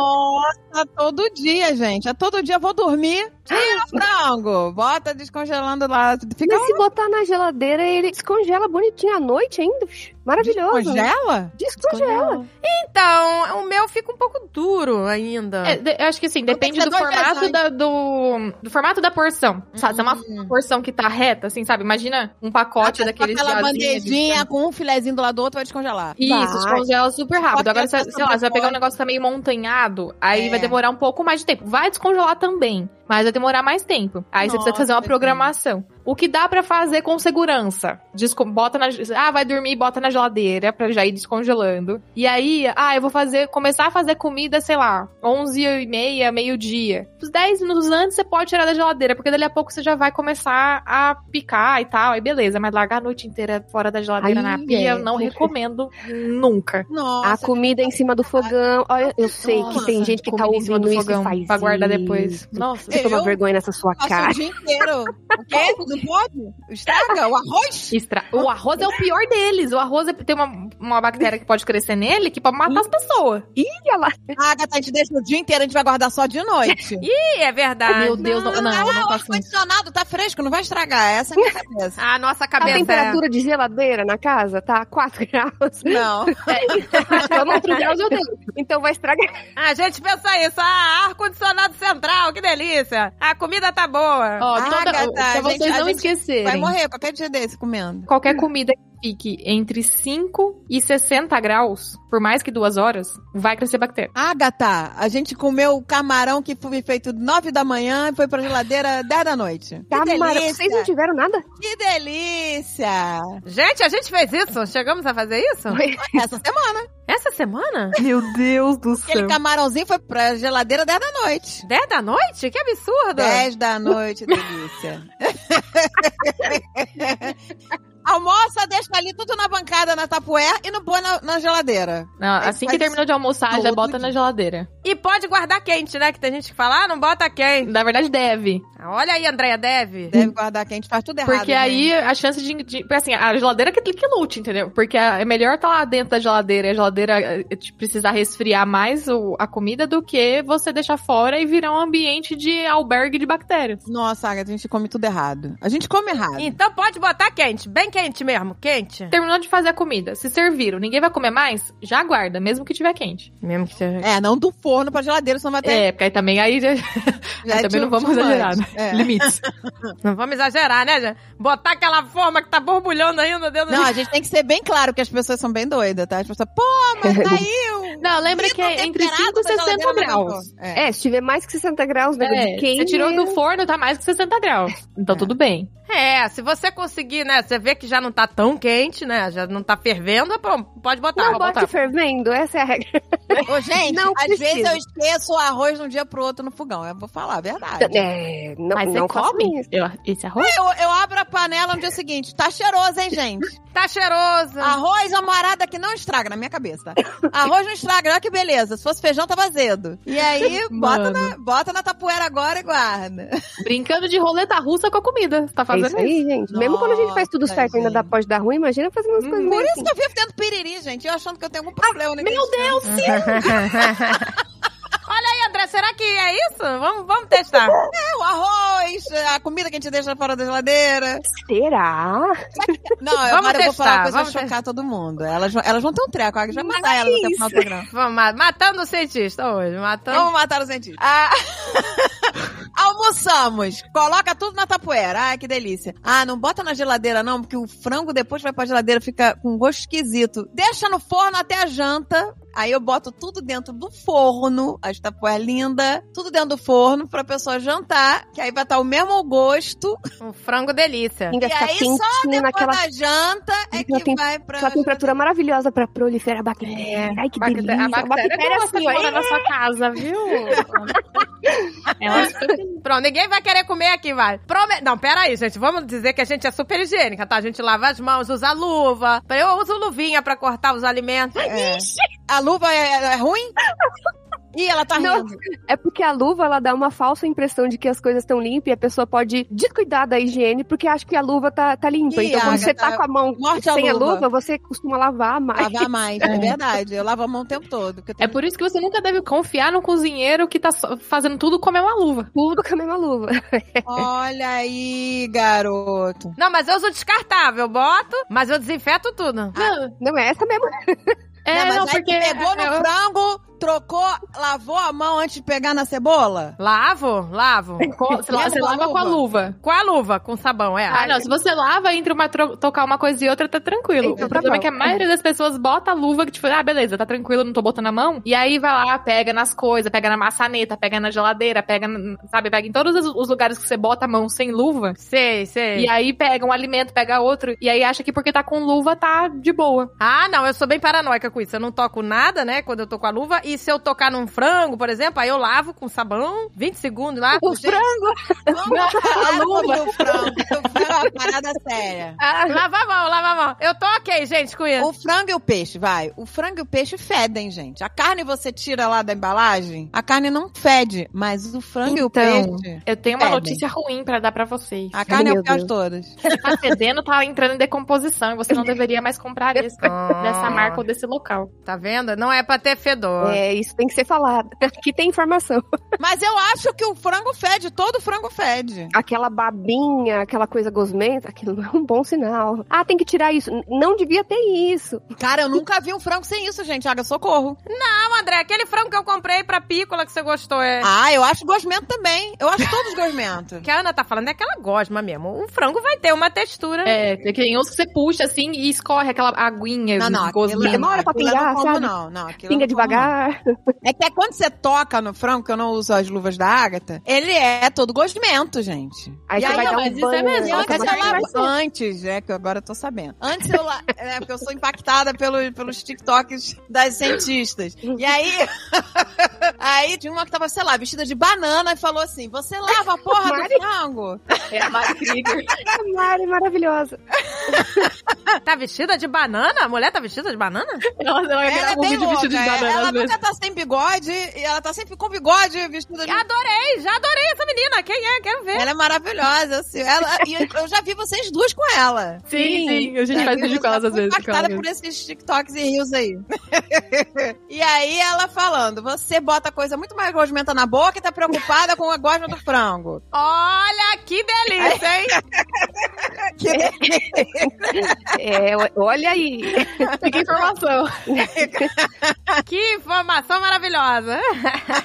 F: Nossa, todo dia, gente. A todo dia eu vou dormir. Tira frango. Bota descongelando lá. Fica
D: Mas se botar na geladeira, ele descongela bonitinho à noite ainda. psh, Maravilhoso.
F: Congela?
D: Descongela.
A: Então, o meu fica um pouco duro ainda.
C: É, de- eu acho que assim,
F: Então
C: depende
F: tem que ser
C: do
F: dois
C: formato
F: vezes
C: da, do, do formato da porção. Sabe, se é uma
F: Hum.
C: porção que tá reta, assim, sabe? Imagina um pacote daqueles
F: Com aquela
C: jazinhos assim, de-
F: bandejinha com um filezinho do lado do outro vai descongelar.
C: Isso,
D: Vai.
C: descongela super rápido.
F: Pode
C: Agora,
F: ser
C: se-
F: Tá. essa
C: sei lá, você vai pegar um
F: proposta.
C: negócio que tá meio montanhado, aí
F: É.
C: vai demorar um pouco mais de tempo. Vai descongelar também, mas vai demorar mais tempo. Aí você precisa
F: Nossa,
C: fazer uma
F: sim.
C: programação. O que dá pra fazer com segurança? Desco bota na, ah, vai dormir, bota na geladeira pra já ir descongelando. E aí, ah, eu vou fazer, começar a fazer comida, sei lá, 11 e meia, meio-dia. Os 10 minutos antes você pode tirar da geladeira, porque dali a pouco você já vai começar a picar e tal, aí beleza. Mas largar a noite inteira fora da geladeira
D: Aí
C: na pia,
D: é.
C: eu não recomendo nunca.
D: A
F: Nossa,
D: comida em cima do fogão. Olha, eu sei que tem
F: Nossa,
D: gente que tá
C: Comida em cima
D: ouvindo
C: do
D: isso
C: fogão
D: e faz
C: pra guardar
D: isso.
C: depois. Nossa.
D: Você
F: Eu?
D: toma vergonha nessa sua
F: passa o
D: cara.
F: dia inteiro. O quê? [laughs] Não pode? Estraga o [laughs] arroz?
C: Estra... O arroz é o pior deles. O arroz é- tem uma, uma bactéria que pode crescer nele que pode matar as pessoas.
D: Ih, olha lá.
F: Ah, Agatha, a gente deixa o dia inteiro, a gente vai guardar só de noite.
A: Ih, é verdade.
C: Meu [laughs] Deus, não, não,
D: Ah,
C: não, eu não
F: o
C: faço isso.
F: ar-condicionado tá fresco, não vai estragar. Essa é a [laughs] minha cabeça.
A: A nossa
D: A
A: cabeça.
D: temperatura de geladeira na casa tá 4 [laughs] graus.
F: Não.
C: É,
D: Toma outro graus eu tenho. Então vai estragar.
A: é- A gente pensa isso. Ah, ar-condicionado central, que delícia. A comida tá boa.
C: Ó,
F: Ah,
C: toda-
F: gata,
C: pra
F: a gente-
C: vocês não
F: a gente Vai
C: esquecerem,
F: morrer qualquer dia desse comendo.
C: qualquer comida que fique entre 5 e 60 graus, por mais que duas horas, vai crescer bactéria.
F: Agatha, Ah, a gente comeu o camarão que foi feito 9 da manhã e foi pra geladeira 10 da noite. Que
D: Camarão. Tá, Vocês não
F: delícia!
D: tiveram nada?
F: Que delícia!
A: Gente, a gente fez isso. Chegamos a fazer isso?
F: Essa semana,
A: Essa semana?
C: Meu Deus do
F: aquele camarãozinho foi pra geladeira 10 da noite.
A: 10 da noite? Que absurdo.
F: 10 da noite, delícia. [laughs] Almoça, deixa ali tudo na bancada, na tapué e não põe na, na geladeira.
C: Não, assim que
F: Faz
C: terminou de almoçar, já
F: todo
C: bota na
F: dia.
C: geladeira.
A: E pode guardar quente, né? Que tem gente que fala, ah, não bota quente. Ah,
C: Na verdade, deve.
A: Olha aí, Andréia, deve.
F: Deve guardar quente, faz tudo errado.
C: Hum. Porque
F: né?
C: aí a chance de, de- porque Assim, a geladeira que, que lute, entendeu? Porque a- é melhor tá lá dentro da geladeira e a geladeira eh, te precisar resfriar mais o- a comida do que você deixar fora e virar um ambiente de albergue de bactérias.
F: Nossa, Agatha, a gente come tudo errado. A gente come errado.
A: Então pode botar quente, bem quente mesmo, quente.
C: Terminou de fazer a comida, se serviram, ninguém vai comer mais, já guarda, mesmo que tiver quente.
A: Mesmo que seja.
F: É, não do forno pra geladeira, senão vai ter.
C: É, porque aí também aí já-
F: já é
C: também não
F: too-
C: vamos
F: too much.
C: exagerar, né?
F: É.
C: limites.
A: Não vamos exagerar, né, gente? Botar aquela forma que tá borbulhando ainda dentro
F: Não,
A: do.
F: a gente tem que ser bem claro que as pessoas são bem doidas, tá? As pessoas, pô,
C: [laughs]
F: mas tá caiu!
C: Não, lembra que é entre 5 e 60 graus.
F: É.
D: É, se tiver mais que 60 graus, nego
C: É,
D: de quente.
C: você tirou do forno, tá mais que 60 graus. Então
F: É.
C: tudo bem.
A: É, se você conseguir, né? Você vê que já não tá tão quente, né? Já não tá fervendo, pô, pode botar.
C: Ah,
D: Não bote fervendo, essa é a regra.
F: Ô, gente,
D: Não
F: às
D: precisa.
F: vezes eu esqueço o arroz de um dia pro outro no fogão. Eu vou falar a
A: Tá.
F: verdade.
D: É, não,
C: Tá Mas
D: não
C: você
D: faça
C: come
D: isso.
C: eu- esse arroz?
F: Eu, eu abro a panela no dia seguinte. Tá cheiroso, hein,
A: [laughs]
F: gente?
A: Tá cheiroso.
F: Arroz é uma arada que não estraga, na minha cabeça. tá? Arroz não estraga, olha que beleza. Se fosse feijão, tava azedo. E
A: [laughs]
F: aí, bota
C: Mano.
F: na, bota na tapoeira agora e guarda.
C: Brincando de roleta russa com a comida. Tá
D: É
C: fazendo
D: isso aí, gente. Mesmo quando a gente faz tudo
F: Nossa,
D: certo e ainda dá
F: gente.
D: pós dar ruim, imagina fazendo umas
C: Hum,
D: coisas assim.
F: Por
D: meio
F: isso que eu vivo tendo piriri, gente. Eu achando que eu tenho algum problema. Meu Deus!
A: Olha aí, André, será que é isso? Vamos, vamos testar.
F: É, o arroz, a comida que a gente deixa fora da geladeira.
D: Será?
F: Não,
A: Vamos
F: agora eu vou falar
A: testar, é
F: uma coisa
A: vamos
F: que vai chocar todo mundo. Elas, vão- elas vão ter um treco, a gente vai matar elas até o final do programa.
A: Vamos, ma- matando o cientista hoje, matando.
F: Vamos matar os cientistas. Então, Ah, [laughs] Almoçamos. Coloca tudo na tapoeira. Ai, que delícia. Ah, não bota na geladeira, não, porque o frango depois vai pra geladeira, fica com gosto esquisito. Deixa no forno até a janta. Aí eu boto tudo dentro do forno, as tapoeiras lindas, tudo dentro do forno pra pessoa jantar, que aí vai estar o mesmo gosto.
A: Um frango delícia.
D: Ainda
F: e
D: fica
F: aí só
D: quentinho
F: depois
D: naquela
F: da janta é
D: Aquela
F: que
D: tem-
F: vai pra...
D: aquela temperatura maravilhosa pra proliferar a bactéria. Ai, que delícia.
C: É,
D: assim,
C: Bactéria, a bactéria que gosta de um-
D: ó,
C: morar na sua casa, viu? Elas
A: Pronto, ninguém vai querer comer aqui, vai. Prome... Não, pera aí, gente. Vamos dizer que a gente é super higiênica, tá? A gente lava as mãos, usa luva. Eu uso luvinha pra cortar os alimentos.
F: É. A luva é, é ruim? Ih, ela tá
D: Não.
F: rindo.
D: É porque a luva ela dá uma falsa impressão de que as coisas estão limpas e a pessoa pode descuidar da higiene porque acha que a luva tá, tá limpa.
F: Ih,
D: então, quando você
F: Agatha,
D: tá com a mão
F: morte à
D: sem a
F: luva.
D: luva, você costuma lavar mais. [laughs]
F: Lavar mais, é verdade. Eu lavo a mão o tempo todo. porque eu
C: É
F: tenho-
C: por isso que você nunca deve confiar num cozinheiro que tá só- fazendo tudo como é uma luva.
D: Tudo com a mesma luva.
F: Olha aí, garoto.
A: Não, mas eu uso descartável. Boto, mas eu desinfeto tudo.
C: Não,
D: Não é essa mesmo?
C: é,
F: mas
C: não,
F: aí
C: porque.
F: tu pegou no
C: é, eu-
F: frango, trocou, lavou a mão antes de pegar na cebola?
A: Lavo, lavo.
C: co- você la-
F: Leva
C: você
F: com a
C: lava com a luva.
A: Com a luva, com sabão, é.
C: Ah, não, se você lava entre uma tro- tocar uma coisa e outra, tá tranquilo.
D: Então tá
C: o problema
D: bom.
C: é que a maioria das pessoas bota a luva que, tipo, ah, beleza, tá tranquilo, não tô botando a mão. E aí vai lá, pega nas coisas, pega na maçaneta, pega na geladeira, pega, n- sabe, pega em todos os- os lugares que você bota a mão sem luva.
A: Sei, sei.
C: E aí pega um alimento, pega outro, e aí acha que porque tá com luva tá de boa.
A: Ah, não, eu sou bem paranoica com isso. Eu não toco nada, né, quando eu tô com a luva. E se eu tocar num frango, por exemplo, aí eu lavo com sabão, 20 segundos lá.
D: O frango.
F: Vamos falar do frango. O frango é uma parada séria.
D: Ah,
A: Lava a mão, lava a mão. Eu tô ok, gente, com isso.
F: O frango e o peixe, vai. O frango e o peixe fedem, gente. A carne você tira lá da embalagem, a carne não fede, mas o frango e o
C: Então.
F: peixe.
C: Eu tenho uma
F: Pedem.
C: notícia ruim pra dar pra vocês.
F: A carne é o
D: meu
F: pior de
D: Deus.
F: todas.
C: Se tá fedendo, tá entrando em decomposição e você não deveria mais comprar isso
A: Ah.
C: dessa marca ou desse local.
A: Tá vendo? Não é pra ter fedor.
D: é, isso tem que ser falado. Aqui tem informação.
F: Mas eu acho que o frango fede, todo frango fede.
D: Aquela babinha, aquela coisa gosmenta, aquilo não é um bom sinal. Ah, tem que tirar isso. N- Não devia ter isso.
F: Cara, eu nunca vi um frango sem isso, gente. Água, socorro.
A: Não, André, aquele frango que eu comprei pra pícola que você gostou, é.
F: Ah, eu acho gosmento também. Eu acho todos gosmento.
A: O que a Ana tá falando é que ela gosma mesmo. O frango vai ter uma textura.
C: É, tem uns que você puxa assim e escorre aquela aguinha
F: Não, não,
A: é
F: aquilo
C: gosmenta.
D: Demora pra
F: aquilo eu
D: pingar,
F: não como,
D: sabe?
F: não. não aquilo eu
D: Pinga
F: não como,
D: devagar.
F: não. É que é quando você toca no frango, que eu não uso as luvas da Ágata, ele é todo gosmento, gente.
D: Aí
C: E
D: você
C: aí,
D: vai
C: não,
D: dar
C: mas
D: um
C: isso é
D: banho.
C: mesmo,
D: nossa,
C: até
F: antes
D: mas
C: se
F: eu
C: ela-
D: vai-
F: lavo antes, é que agora eu tô sabendo. Antes eu la... é porque eu sou impactada pelo, pelos TikToks das cientistas. E aí, [laughs] aí tinha uma que tava, sei lá, vestida de banana e falou assim: "Você lava a porra do
D: Mari?
F: frango?"
C: É a Mari Krieger.
D: A Mari, é maravilhosa.
A: Tá vestida de banana? A mulher tá vestida de banana?
C: Ela,
A: Então,
C: ela
F: Ela é
C: grava um
F: bem
C: vídeo
F: louca.
C: vestido de banana
F: ela
C: às vezes.
F: nunca tá sem bigode e ela tá sempre com bigode vestida de.
A: Adorei, já adorei essa menina. Quem é? Quero ver.
F: Ela é maravilhosa, assim. Ela, e eu- eu já vi vocês duas com ela.
C: Sim, sim, a gente faz
F: Eu
C: vídeo com elas
F: já
C: às
F: fui
C: vezes. com elas
F: Impactada por esses TikToks e rios aí. [laughs] e aí ela falando: você bota coisa muito mais gosmenta na boca e tá preocupada com a gosma do frango. [laughs]
A: Olha que delícia, hein?
D: É, o- olha aí.
C: mesmo. Fica a informação.
A: que informação maravilhosa.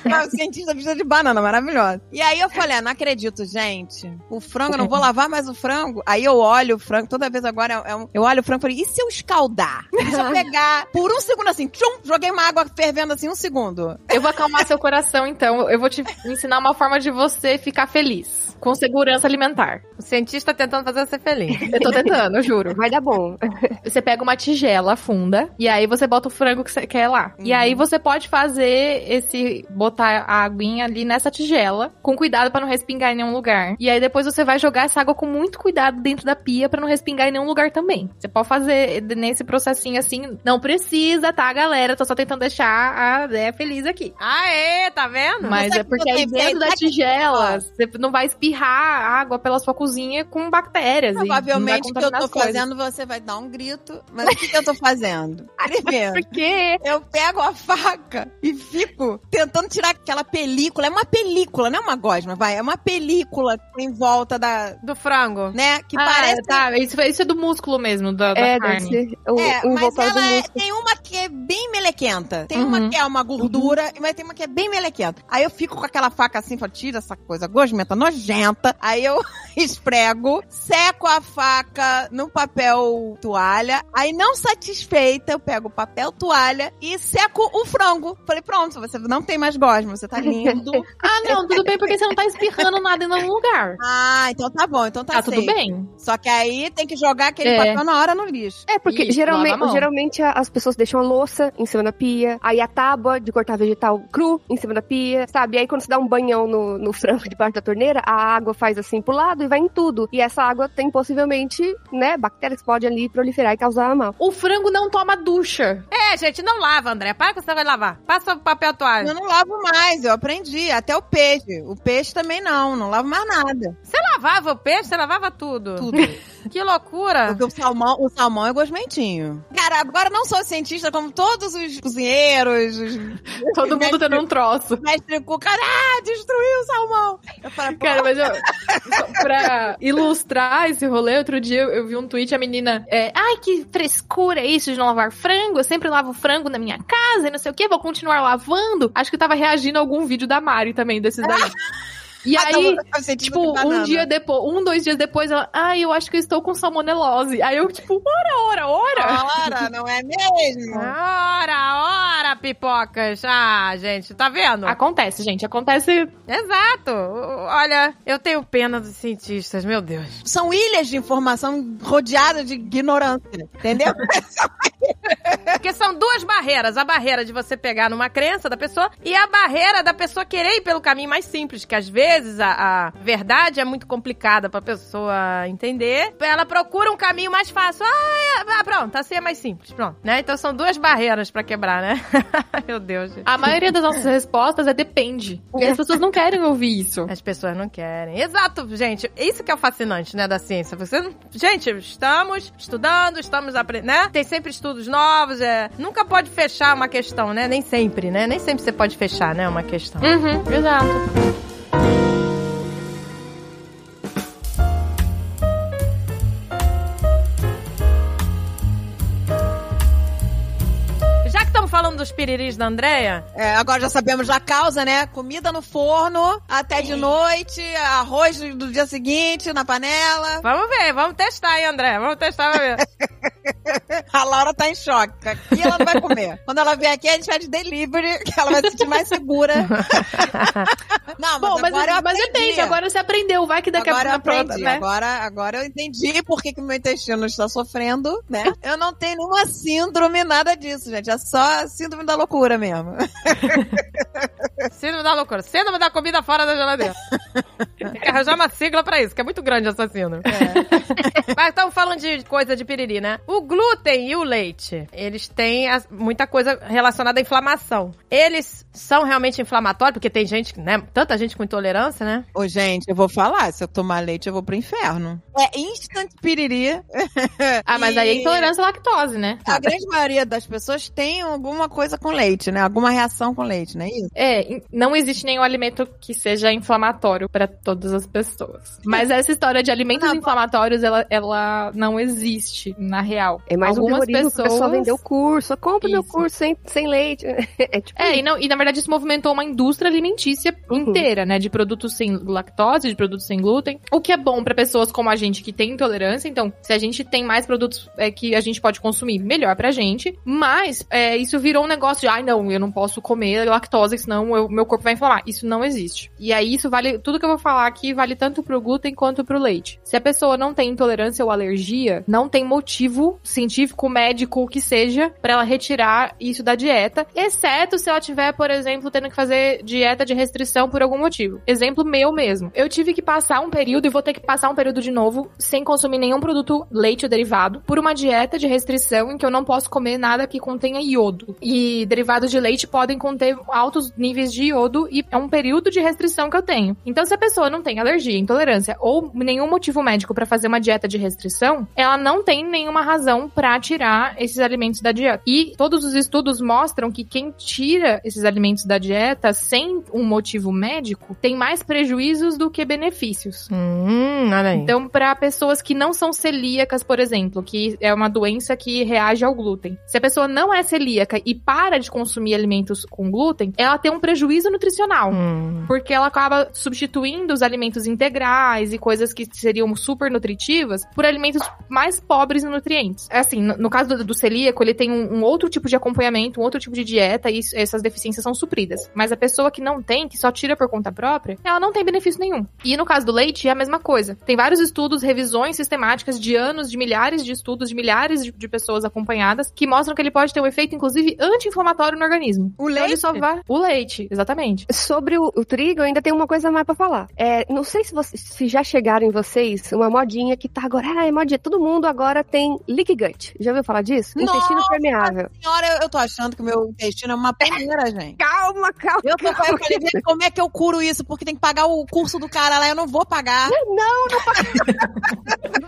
F: É o cientista vestida de banana, maravilhosa. E aí eu falei: ah, não acredito, gente. O frango, eu não vou lavar mais o frango. Aí eu olho o frango, toda vez agora é um- eu olho o frango e falei: e se eu escaldar? [laughs] Deixa eu pegar por um segundo assim, tchum, joguei uma água fervendo assim, um segundo.
C: Eu vou acalmar seu coração, então. Eu vou te ensinar uma forma de você ficar feliz. Com segurança alimentar.
A: O cientista tá tentando fazer você feliz.
C: Eu tô tentando, eu juro.
D: Vai dar bom.
C: É, Você pega uma tigela funda e aí você bota o frango que você quer lá. E
F: Uhum.
C: aí você pode fazer esse. botar a aguinha ali nessa tigela, com cuidado pra não respingar em nenhum lugar. E aí depois você vai jogar essa água com muito cuidado dentro da pia pra não respingar em nenhum lugar também. Você pode fazer nesse processinho assim. Não precisa, tá, galera? Tô só tentando deixar a Zé feliz aqui.
A: Aê, tá vendo?
C: Mas
F: sabe
C: é porque
F: que eu
C: aí
F: lembrei?
C: dentro da
F: Sabe que-
C: tigela, você não vai espirrar água pela sua cozinha com bactérias. e
F: Provavelmente
C: não
F: o
C: vai
F: que eu
C: contaminar
F: tô
C: as coisas.
F: fazendo, você vai dar um grito. Mas o que, que eu
C: [laughs]
F: tô fazendo? Primeiro,
C: Por quê?
F: eu pego a faca e fico tentando tirar aquela película. É uma película, não é uma gosma, vai. É uma película que tem em volta da.
A: Do frango.
F: né? Que
C: Ah,
F: parece.
C: tá. Isso, isso é do músculo mesmo, da, da
D: É, deve
C: carne.
D: ser o,
F: É,
D: o
F: mas
D: envoltório do
F: ela é,
D: músculo.
F: tem uma que é bem melequenta. Tem
C: Uhum.
F: uma que é uma gordura, mas tem uma que é bem melequenta. Aí eu fico com aquela faca assim, falo, tira essa coisa gosmenta, nojenta. Aí eu [laughs] esprego, seco a faca no papel toalha. Aí não satisfeita, eu pego o papel toalha e seco o frango. Falei, pronto, você não tem mais gosma, você
C: [laughs]
F: tá lindo.
C: Ah, não, tudo bem, porque você não tá espirrando nada em nenhum lugar.
F: ah, então tá bom, então tá,
C: Tá tudo
F: safe.
C: bem.
F: Só que aí tem que jogar aquele
C: É.
F: papel na hora no lixo.
D: É, porque
C: Isso, lava a
D: geralmente,
C: mão.
D: geralmente a- as pessoas deixam a louça em cima da pia, aí a tábua de cortar vegetal cru em cima da pia, sabe? E aí quando você dá um banhão no, no frango [laughs] debaixo da torneira, a água faz assim pro lado e vai em tudo. E essa água tem possivelmente, né, bactérias que podem ali proliferar e causar mal.
C: O frango não toma ducha.
A: É, gente, não lava, André. Para com esse negócio de lavar. Passa o papel toalha.
F: Eu não lavo mais, eu aprendi. Até o peixe. O peixe também não, não lavo mais nada.
A: Você lavava o peixe, você lavava tudo.
F: Tudo.
A: Que loucura.
F: [laughs] Porque o salmão, o salmão é gosmentinho. Cara, agora não sou cientista como todos os cozinheiros, os
C: Todo mundo tendo um troço.
F: mestre cu. Cara, ah, destruiu o salmão. Eu falo, pô,
C: Cara, mas eu. só pra ilustrar esse rolê, outro dia eu, eu vi um tweet, a menina. É, Ai, que frescura é isso de não lavar frango. Eu sempre lavo frango na minha casa e não sei o que, vou continuar lavando. Acho que tava reagindo a algum vídeo da Mari também, desses daí. E
F: ah,
C: aí,
F: tá, o cientista
C: Tipo,
F: de banana.
C: um dia depois, um, dois dias depois, ela, ai, eu acho que eu estou com salmonelose. Aí eu, tipo, ora, ora, ora.
F: Ora, não é mesmo?
A: Ora, ora, pipocas. Ah, gente, tá vendo?
C: Acontece, gente, acontece.
A: Exato. Olha, eu tenho pena dos cientistas, meu Deus.
F: São ilhas de informação rodeadas de ignorância, entendeu?
A: Porque são duas barreiras. A barreira de você pegar numa crença da pessoa e a barreira da pessoa querer ir pelo caminho mais simples, que às vezes a, a verdade é muito complicada pra pessoa entender. Ela procura um caminho mais fácil. Ah, é- ah, pronto, assim é mais simples, pronto. Né? Então são duas barreiras pra quebrar, né? [laughs] meu Deus, gente.
C: A maioria das nossas respostas é depende. E as pessoas não querem ouvir isso.
A: As pessoas não querem. Exato, gente. Isso que é o fascinante, né, da ciência. Você, não- gente, estamos estudando, estamos aprendendo, né? Tem sempre estudos novos, é... Nunca pode fechar uma questão, né? Nem sempre, né? Nem sempre você pode fechar, né, uma questão.
C: Uhum, exato.
A: Já que estamos falando dos piriris da Andrea,
F: [laughs] É, agora já sabemos da causa, né? Comida no forno até de noite, arroz do dia seguinte na panela.
A: vamos ver, vamos testar, hein, André? Vamos testar, vamos ver.
F: A Laura tá em choque. Aqui ela não vai [laughs] comer. Quando ela vier aqui, a gente vai de delivery, que ela vai se sentir mais segura. [laughs] não, mas,
C: Bom, mas,
F: agora eu
C: mas
F: aprendi.
C: depende, agora você aprendeu, vai que daqui
F: Agora eu
C: a pouco na
F: aprendi,
C: prova, né?
F: agora, agora eu entendi por que, que meu intestino está sofrendo, [laughs] né? Eu não tenho nenhuma síndrome, nada disso, gente. É só síndrome da loucura mesmo.
A: Síndrome da loucura. Síndrome da comida fora da geladeira. Tem que arranjar uma sigla pra isso, que é muito grande essa síndrome. [laughs] Mas estamos falando de coisa de piriri, né? O glúten e o leite, eles têm as- muita coisa relacionada à inflamação. Eles são realmente inflamatórios, porque tem gente, né? Tanta gente com intolerância, né?
F: Ô, gente, eu vou falar. Se eu tomar leite, eu vou pro inferno. É instant piriri.
C: Ah, mas aí é
F: E
C: intolerância à lactose, né?
F: A grande maioria das pessoas tem alguma coisa com leite, né? Alguma reação com leite, não é isso?
C: É, in- não existe nenhum alimento que seja inflamatório pra todas as pessoas. Mas essa história de alimentos inflamatórios, ela, ela não existe na real.
D: É mais um
C: Algumas
D: terrorismo que o pessoal
C: pessoas-
D: vendeu o curso. Compre meu
C: Isso.
D: curso sem, sem leite. [laughs] É tipo
C: É, e, não- e na verdade isso movimentou uma indústria alimentícia inteira, né? De produtos sem lactose, de produtos sem glúten. O que é bom pra pessoas como a gente que tem intolerância. Então, se a gente tem mais produtos é, que a gente pode consumir, melhor pra gente. Mas é, isso virou um negócio de, ai não, eu não posso comer lactose, senão eu- meu corpo vai inflamar. Isso não existe. E aí isso vale, tudo que eu vou falar aqui vale tanto pro glúten quanto pro leite. Se a pessoa não tem intolerância ou alergia, não tem motivo científico, médico, o que seja, pra ela retirar isso da dieta, exceto se ela tiver, por exemplo, tendo que fazer dieta de restrição por algum motivo. Exemplo meu mesmo. Eu tive que passar um período e vou ter que passar um período de novo sem consumir nenhum produto leite ou derivado por uma dieta de restrição em que eu não posso comer nada que contenha iodo. E derivados de leite podem conter altos níveis de iodo e é um período de restrição que eu tenho. Então, se a pessoa pessoa não tem alergia, intolerância ou nenhum motivo médico pra fazer uma dieta de restrição, ela não tem nenhuma razão pra tirar esses alimentos da dieta. E todos os estudos mostram que quem tira esses alimentos da dieta sem um motivo médico tem mais prejuízos do que benefícios.
A: Hum, olha aí.
C: Então, para pessoas que não são celíacas, por exemplo, que é uma doença que reage ao glúten. Se a pessoa não é celíaca e para de consumir alimentos com glúten, ela tem um prejuízo nutricional.
A: Hum.
C: Porque ela acaba substituindo os alimentos integrais e coisas que seriam super nutritivas por alimentos mais pobres em nutrientes. É Assim, no, no caso do, do celíaco, ele tem um, um outro tipo de acompanhamento, um outro tipo de dieta e isso- essas deficiências são supridas. Mas a pessoa que não tem, que só tira por conta própria, ela não tem benefício nenhum. E no caso do leite, é a mesma coisa. Tem vários estudos, revisões sistemáticas de anos, de milhares de estudos, de milhares de, de pessoas acompanhadas, que mostram que ele pode ter um efeito, inclusive, anti-inflamatório no organismo.
B: O
C: Então, ele
B: leite?
C: só vai... O leite, exatamente.
D: Sobre o, o trigo, ainda tem uma coisa a mais pra falar. É, não sei se, vocês- se já chegaram em vocês uma modinha que tá agora. Ah, é modinha. Todo mundo agora tem leaky gut. Já ouviu falar disso? Intestino
F: Nossa!
D: permeável.
F: Senhora, eu, eu tô achando que o meu intestino é
D: [laughs]
F: uma peneira, gente.
D: Calma, calma.
F: Eu tô
D: calma.
F: eu falei, gente, como é que eu curo isso? Porque tem que pagar o curso do cara lá, eu não vou pagar.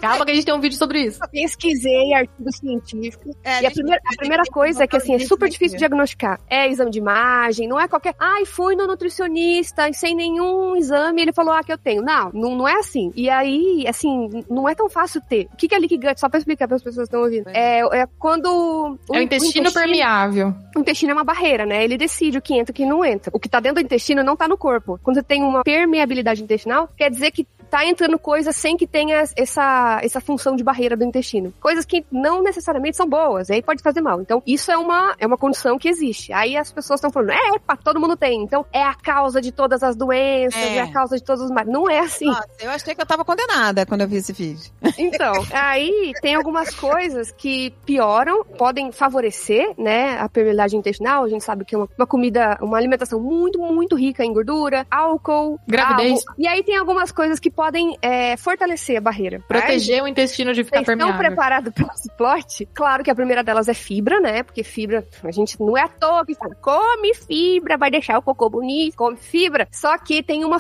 C: Calma que a gente tem um vídeo sobre isso.
D: pesquisei artigos científicos.
F: É,
D: e a
F: gente,
D: primeira, a primeira coisa é que, assim, é super difícil diagnosticar. É exame de imagem, não é qualquer. Ai, fui no nutricionista e sem nenhum exame ele falou, ah, que eu tenho. Não, não, não é assim. E aí, assim, não é tão fácil ter. O que que é leak gut? Só pra explicar para as pessoas que estão ouvindo. É, é quando. o-
C: É o intestino permeável.
D: o intestino é uma barreira, né? Ele decide o que entra e o que não entra. O que tá dentro do intestino não tá no corpo. Quando você tem uma permeabilidade intestinal, quer dizer que tá entrando coisa sem que tenha essa, essa função de barreira do intestino. Coisas que não necessariamente são boas, aí pode fazer mal. Então, isso é uma, é uma condição que existe. Aí as pessoas estão falando, é, epa, todo mundo tem. Então, é a causa de todas as doenças,
F: É.
D: é, a causa de todos os males. Não é assim.
F: Nossa, eu achei que eu tava condenada quando eu vi esse vídeo.
D: Então, aí tem algumas coisas que pioram, podem favorecer, né, a permeabilidade intestinal. A gente sabe que é uma, uma comida, uma alimentação muito, muito rica em gordura, álcool,
C: Gravidez.
D: álcool. E aí tem algumas coisas que podem é, fortalecer a barreira.
C: Proteger o intestino de ficar
D: Vocês estão
C: permeável.
D: preparados [laughs] para esse plot? Claro que a primeira delas é fibra, né? Porque fibra, a gente não é à toa que fala, come fibra, vai deixar o cocô bonito, come fibra. Só que tem uma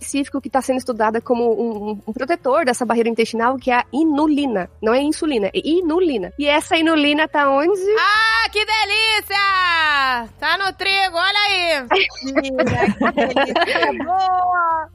D: específico que está sendo estudada como um, um- um protetor dessa barreira intestinal, que é a inulina. Não é insulina, é inulina. E essa inulina tá onde?
A: Ah, que delícia! Tá no trigo, olha aí!
D: [laughs]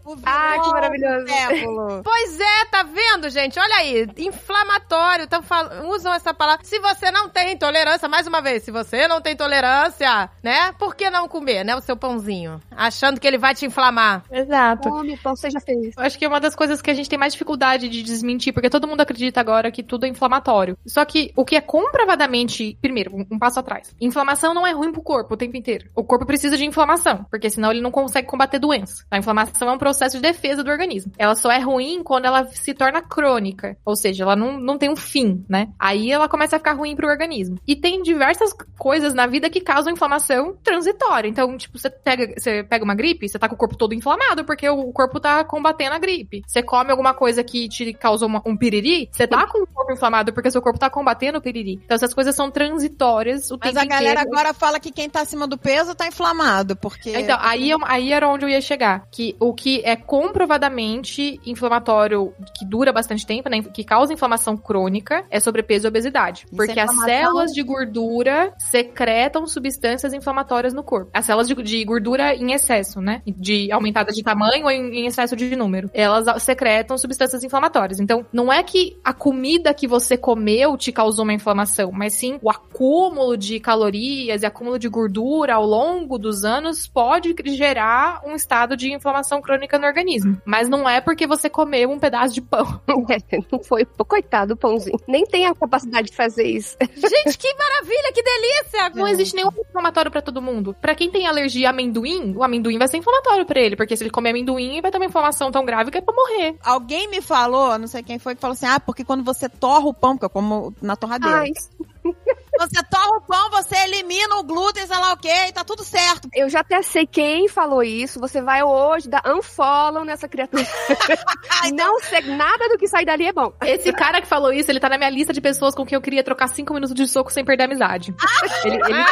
F: O
D: Ah, que maravilhoso.
F: século.
A: Pois é, tá vendo, gente? Olha aí, inflamatório, tão fal- usam essa palavra. Se você não tem intolerância, mais uma vez, se você não tem tolerância, né? Por que não comer, né, o seu pãozinho? Achando que ele vai te inflamar.
C: Exato.
D: Come, pão, seja feliz. [laughs]
C: Eu acho que é uma das coisas que a gente tem mais dificuldade de desmentir, porque todo mundo acredita agora que tudo é inflamatório. Só que o que é comprovadamente, primeiro, um, um passo atrás. Inflamação não é ruim pro corpo o tempo inteiro. O corpo precisa de inflamação, porque senão ele não consegue combater doença. A inflamação é um processo de defesa do organismo. Ela só é ruim quando ela se torna crônica, ou seja, ela não, não tem um fim, né? Aí ela começa a ficar ruim pro organismo. E tem diversas coisas na vida que causam inflamação transitória. Então, tipo, você pega, você pega uma gripe, você tá com o corpo todo inflamado, porque o corpo tá combatendo a gripe. Você come alguma coisa que te causou uma- um piriri, você tá com o corpo inflamado, porque seu corpo tá combatendo o piriri. Então, essas coisas são transitórias o
F: Mas
C: tempo
F: a galera
C: inteiro.
F: agora fala que quem tá acima do peso tá inflamado, porque...
C: Então, aí, é uma- aí era onde eu ia chegar. Que o que é comprovadamente inflamatório, que dura bastante tempo, né? Que causa inflamação crônica, é sobrepeso e obesidade.
F: é
C: Porque as
F: inflamação-
C: células de gordura secretam substâncias inflamatórias no corpo. As células de, de gordura em excesso, né? De aumentada de tamanho ou em, em excesso de número. Elas a- secretam substâncias inflamatórias. Então, não é que a comida que você comeu te causou uma inflamação, mas sim o acúmulo de calorias e acúmulo de gordura ao longo dos anos pode cri- gerar um estado de inflamação crônica no organismo. Mas não é porque você comeu um pedaço de pão.
D: É, Não foi, coitado do pãozinho. Nem tem a capacidade de fazer isso.
A: Gente, que maravilha, que delícia!
C: Não existe nenhum inflamatório pra todo mundo. Pra quem tem alergia a amendoim, o amendoim vai ser inflamatório pra ele, porque se ele comer amendoim, vai ter uma inflamação tão grave que é pra morrer.
F: Alguém me falou, não sei quem foi, que falou assim, ah, porque quando você torra o pão, porque eu como na torradeira.
D: Ai,
F: Você torra o pão, você elimina o glúten, sei lá o quê, e tá tudo certo.
D: Eu já até sei quem falou isso. Você vai hoje dar unfollow nessa criatura. Não sei nada do que sair dali é bom.
C: Esse cara que falou isso, ele tá na minha lista de pessoas com quem eu queria trocar cinco minutos de soco sem perder a amizade. ele, ele,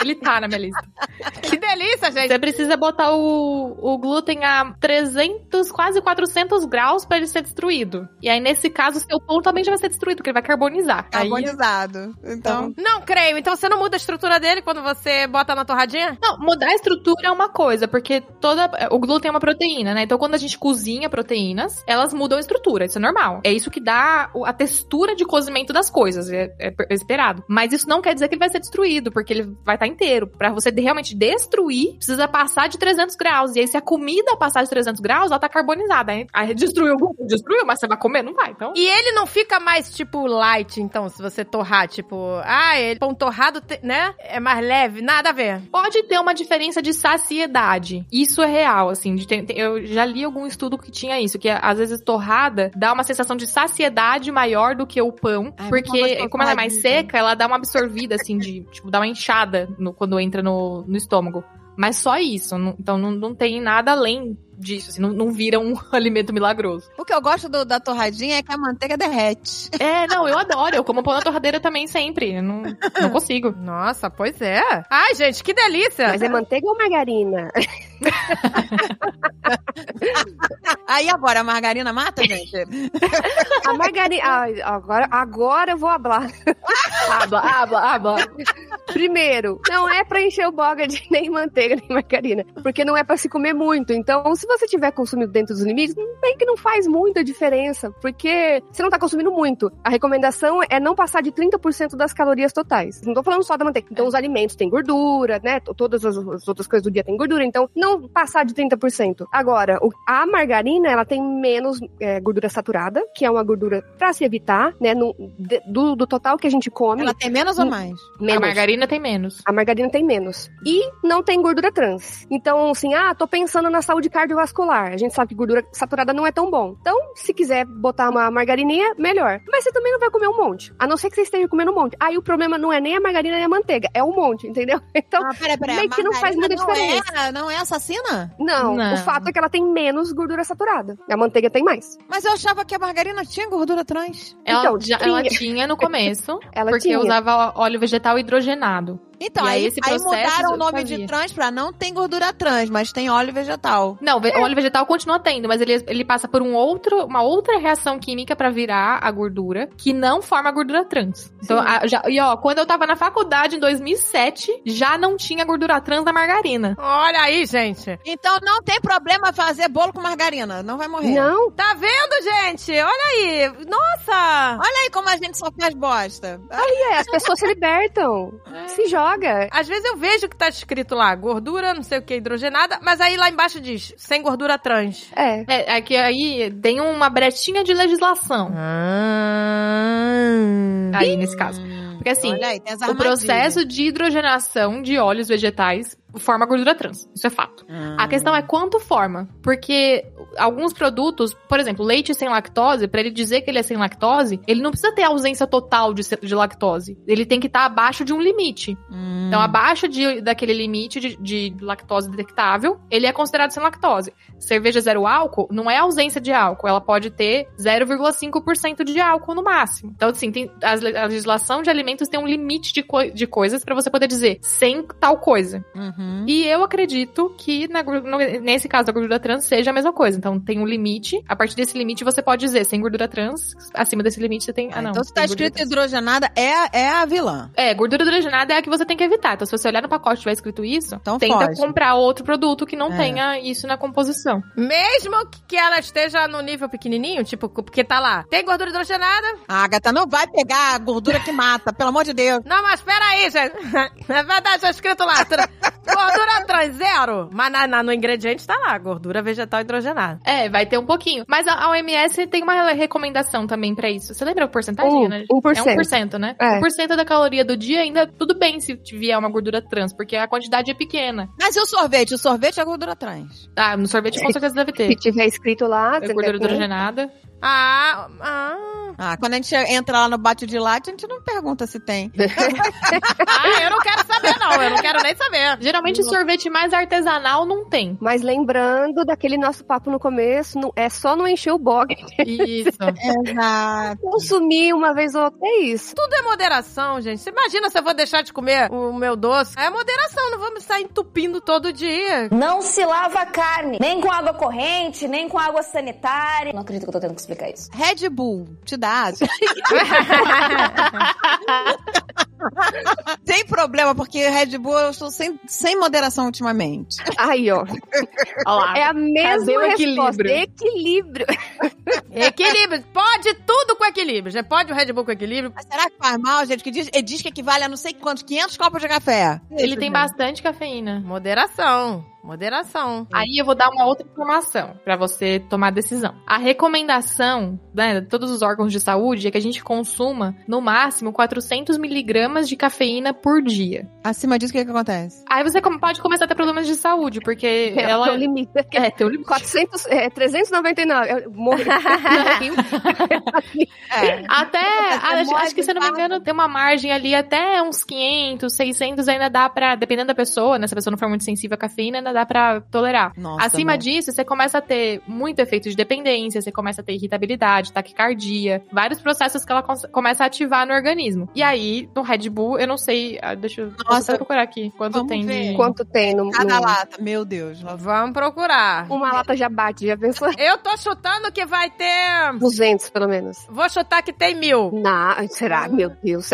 C: ele tá na minha lista.
A: Ah, que delícia, gente.
C: Você precisa botar o, o glúten a 300, quase 400 graus pra ele ser destruído. E aí, nesse caso, seu pão também já vai ser destruído, porque ele vai carbonizar. Aí-
F: Carbonizado. Então.
A: Não creio. Então você não muda a estrutura dele quando você bota na torradinha?
C: Não, mudar a estrutura é uma coisa, porque toda o glúten é uma proteína, né? Então quando a gente cozinha proteínas, elas mudam a estrutura, isso é normal. É isso que dá o- a textura de cozimento das coisas, é, é per- é esperado. Mas isso não quer dizer que ele vai ser destruído, porque ele vai estar inteiro. Pra você de- realmente destruir, precisa passar de 300 graus. E aí se a comida passar de 300 graus, ela tá carbonizada, hein? Aí destruiu o glúten, destruiu, mas você vai comer, não vai, então.
A: E ele não fica mais, tipo, light, então, se você torrar, tipo... Ah, ele, pão torrado, te- né? É mais leve, nada a ver.
C: Pode ter uma diferença de saciedade. Isso é real, assim. de ter- ter- eu já li algum estudo que tinha isso, que às vezes torrada dá uma sensação de saciedade maior do que o pão,
F: Ai, vamos falar
C: porque
F: de
C: como ela é mais
F: torradinha.
C: seca, ela dá uma absorvida, assim, de tipo, dá uma inchada no- quando entra no, no estômago. Mas só isso. não- então não, não tem nada além disso, assim, não, não vira um [laughs] alimento milagroso.
F: O que eu gosto do- da torradinha é que a manteiga derrete. [laughs]
C: É, não, eu adoro. Eu como pão na torradeira também sempre. eu não, não consigo.
A: Nossa, pois é. Ai, gente, que delícia.
D: Mas é manteiga ou margarina?
F: Aí agora, a margarina mata,
C: [laughs]
F: gente?
D: A margarina. Ah, agora, agora eu vou hablar.
C: Aba, aba, aba.
D: Primeiro, não é pra encher o boga de [laughs] nem manteiga nem margarina, porque não é pra se comer muito. Então, se você tiver consumido dentro dos limites, não- bem que não faz muita diferença, porque você não tá consumindo muito. A recomendação é não passar de 30% das calorias totais. Não tô falando só da manteiga. Então, os alimentos têm gordura, né? T- Todas as, as outras coisas do dia têm gordura, então não passar de 30%. Agora, o- a margarina, ela tem menos é, gordura saturada, que é uma gordura pra se evitar, né? No- de- do, do total que a gente come,
F: Ela tem menos ou mais?
C: A
D: menos.
C: margarina tem menos.
D: A margarina tem menos. E não tem gordura trans. Então, assim, ah, tô pensando na saúde cardiovascular. A gente sabe que gordura saturada não é tão bom. Então, se quiser botar uma margarininha, melhor. Mas você também não vai comer um monte. A não ser que você esteja comendo um monte. Aí o problema não é nem a margarina nem a manteiga, é o monte, entendeu? [laughs] Então,
F: Ah, peraí, peraí.
D: meio
F: a
D: que não faz muita
F: margarina não é- não é assassina?
D: não,
C: Não.
D: O fato é que ela tem menos gordura saturada. A manteiga tem mais.
F: Mas eu achava que a margarina tinha gordura trans.
C: Ela,
D: Então,
C: já-
D: tinha.
C: ela tinha no começo,
D: Ela
C: porque
D: tinha.
C: eu usava óleo vegetal hidrogenado.
F: Então,
C: E aí
F: aí,
C: esse
F: aí
C: processo
F: mudaram o
C: eu
F: nome
C: fazia.
F: de trans pra não tem gordura trans, mas tem óleo vegetal.
C: Não,
D: É.
C: ve- o óleo vegetal continua tendo, mas ele, ele passa por um outro, uma outra reação química pra virar a gordura, que não forma a gordura trans. Então, a- já- e ó, quando eu tava na faculdade em 2007, já não tinha gordura trans na margarina.
A: Olha aí, gente.
F: Então não tem problema fazer bolo com margarina, não vai morrer.
D: Não,
A: Tá vendo, gente? Olha aí. Nossa.
F: Olha aí como a gente só faz bosta. Ah,
D: é, as pessoas se libertam. Se joga.
A: Às vezes eu vejo que tá escrito lá, gordura, não sei o que, hidrogenada, mas aí lá embaixo diz, sem gordura trans.
D: É.
C: É, é que aí tem uma bretinha de legislação.
D: Ah.
C: Aí, nesse caso. Porque assim,
F: Olha aí, tem as
C: o
F: armadilhas.
C: processo de hidrogenação de óleos vegetais forma gordura trans. Isso é fato.
F: Hum.
C: A questão é quanto forma. Porque alguns produtos, por exemplo, leite sem lactose, pra ele dizer que ele é sem lactose, ele não precisa ter ausência total de, se- de lactose. Ele tem que estar abaixo de um limite.
F: Hum.
C: Então, abaixo de, daquele limite de, de lactose detectável, ele é considerado sem lactose. Cerveja zero álcool não é ausência de álcool, ela pode ter 0,5% de álcool no máximo. Então, assim, tem, as le- a legislação de alimentos tem um limite de, coi- de coisas pra você poder dizer sem tal coisa.
F: Uhum.
C: E eu acredito que na gru- no- nesse caso da gordura trans seja a mesma coisa. Então tem um limite. A partir desse limite você pode dizer sem gordura trans. Acima desse limite você tem. Ah, não.
F: então se
C: tem
F: tá
C: gordura
F: escrito
C: trans.
F: hidrogenada, é, é a vilã.
C: É, gordura hidrogenada é a que você tem que evitar. Então, se você olhar no pacote e tiver escrito isso,
F: Então
C: tenta
F: foge.
C: comprar outro produto que não
F: É.
C: tenha isso na composição.
A: Mesmo que- que ela esteja no nível pequenininho, tipo, porque tá lá, tem gordura hidrogenada?
F: A Agatha não vai pegar a gordura que mata, pelo amor de Deus.
A: Não, mas peraí, gente. [laughs] Na verdade, tá escrito lá, tra- gordura trans zero. Mas na- na- no ingrediente tá lá, gordura vegetal hidrogenada.
C: É, vai ter um pouquinho. Mas a a OMS tem uma recomendação também pra isso. Você lembra a porcentagem,
D: Um,
C: né?
D: um por
C: É
D: cento.
C: 1%, né?
D: É.
C: 1% da caloria do dia ainda tudo bem se vier uma gordura trans, porque a quantidade é pequena.
F: Mas e o sorvete? O sorvete é gordura trans.
C: Ah, no sorvete com certeza deve ter.
D: Se tiver escrito lá,
C: É gordura
D: né?
C: hidrogenada.
A: Ah, ah,
F: Ah, quando a gente entra lá no bate de latte, a gente não pergunta se tem.
A: Ah, eu não quero saber, não. Eu não quero nem saber.
C: Geralmente sorvete mais artesanal não
F: [laughs]
C: tem.
D: Mas lembrando daquele nosso papo no começo, não- é só não encher o bog.
C: Isso.
F: Exato.
D: Consumir uma vez ou outra, é isso.
A: Tudo é moderação, gente. Você imagina se eu vou deixar de comer o meu doce? É moderação, não vamos estar entupindo todo
G: [laughs]
A: dia.
G: Não se lava a carne, nem com água corrente, nem com água sanitária. Não acredito que eu tô tendo que explicar isso.
F: Red Bull, te dá.
C: [laughs]
F: asma? Tem problema, porque Red Bull eu estou sem, sem moderação ultimamente.
D: Aí, ó.
C: Olha lá.
D: É a mesma
C: o
D: resposta.
C: equilíbrio?
D: Equilíbrio.
A: Equilíbrio. Pode tudo com equilíbrio. Já pode o Red Bull com equilíbrio.
F: Mas será que faz mal, gente? Que diz, ele diz que equivale a não sei quantos, 500 copos de café.
C: Ele tem bastante cafeína.
A: Moderação. Moderação.
C: Aí eu vou dar uma outra informação pra você tomar decisão. A recomendação né, de todos os órgãos de saúde é que a gente consuma, no máximo, 400 miligramas de cafeína por dia.
F: Acima disso, o que, que acontece?
C: Aí você come- pode começar a ter problemas de saúde, porque
D: É,
C: ela...
D: é o limite.
C: É, tem um limite.
D: 400, é, 399. Eu
C: [laughs]
D: morri.
F: É.
C: Até,
F: Você
C: acho,
F: morde
C: acho que se eu não me
F: e
C: engano, tem uma margem ali até uns 500, 600 ainda dá pra, dependendo da pessoa, né? Se a pessoa não for muito sensível à cafeína, ainda dá pra tolerar.
F: Nossa,
C: Acima
F: amor.
C: disso, você começa a ter muito efeito de dependência, você começa a ter irritabilidade, taquicardia, vários processos que ela cons- começa a ativar no organismo. E aí, no Red Bull, eu não sei, ah, deixa eu vou
F: Nossa.
C: até procurar aqui quanto
F: Vamos
C: tem
F: ver.
C: de...
D: Quanto tem no,
F: Cada
D: no-
F: lata, meu Deus.
A: Vamos procurar.
D: Uma lata já bate, já pensou?
A: Eu tô chutando que vai ter.
D: 200, pelo menos.
A: Vou chutar que tem mil.
D: Na, será? Meu Deus.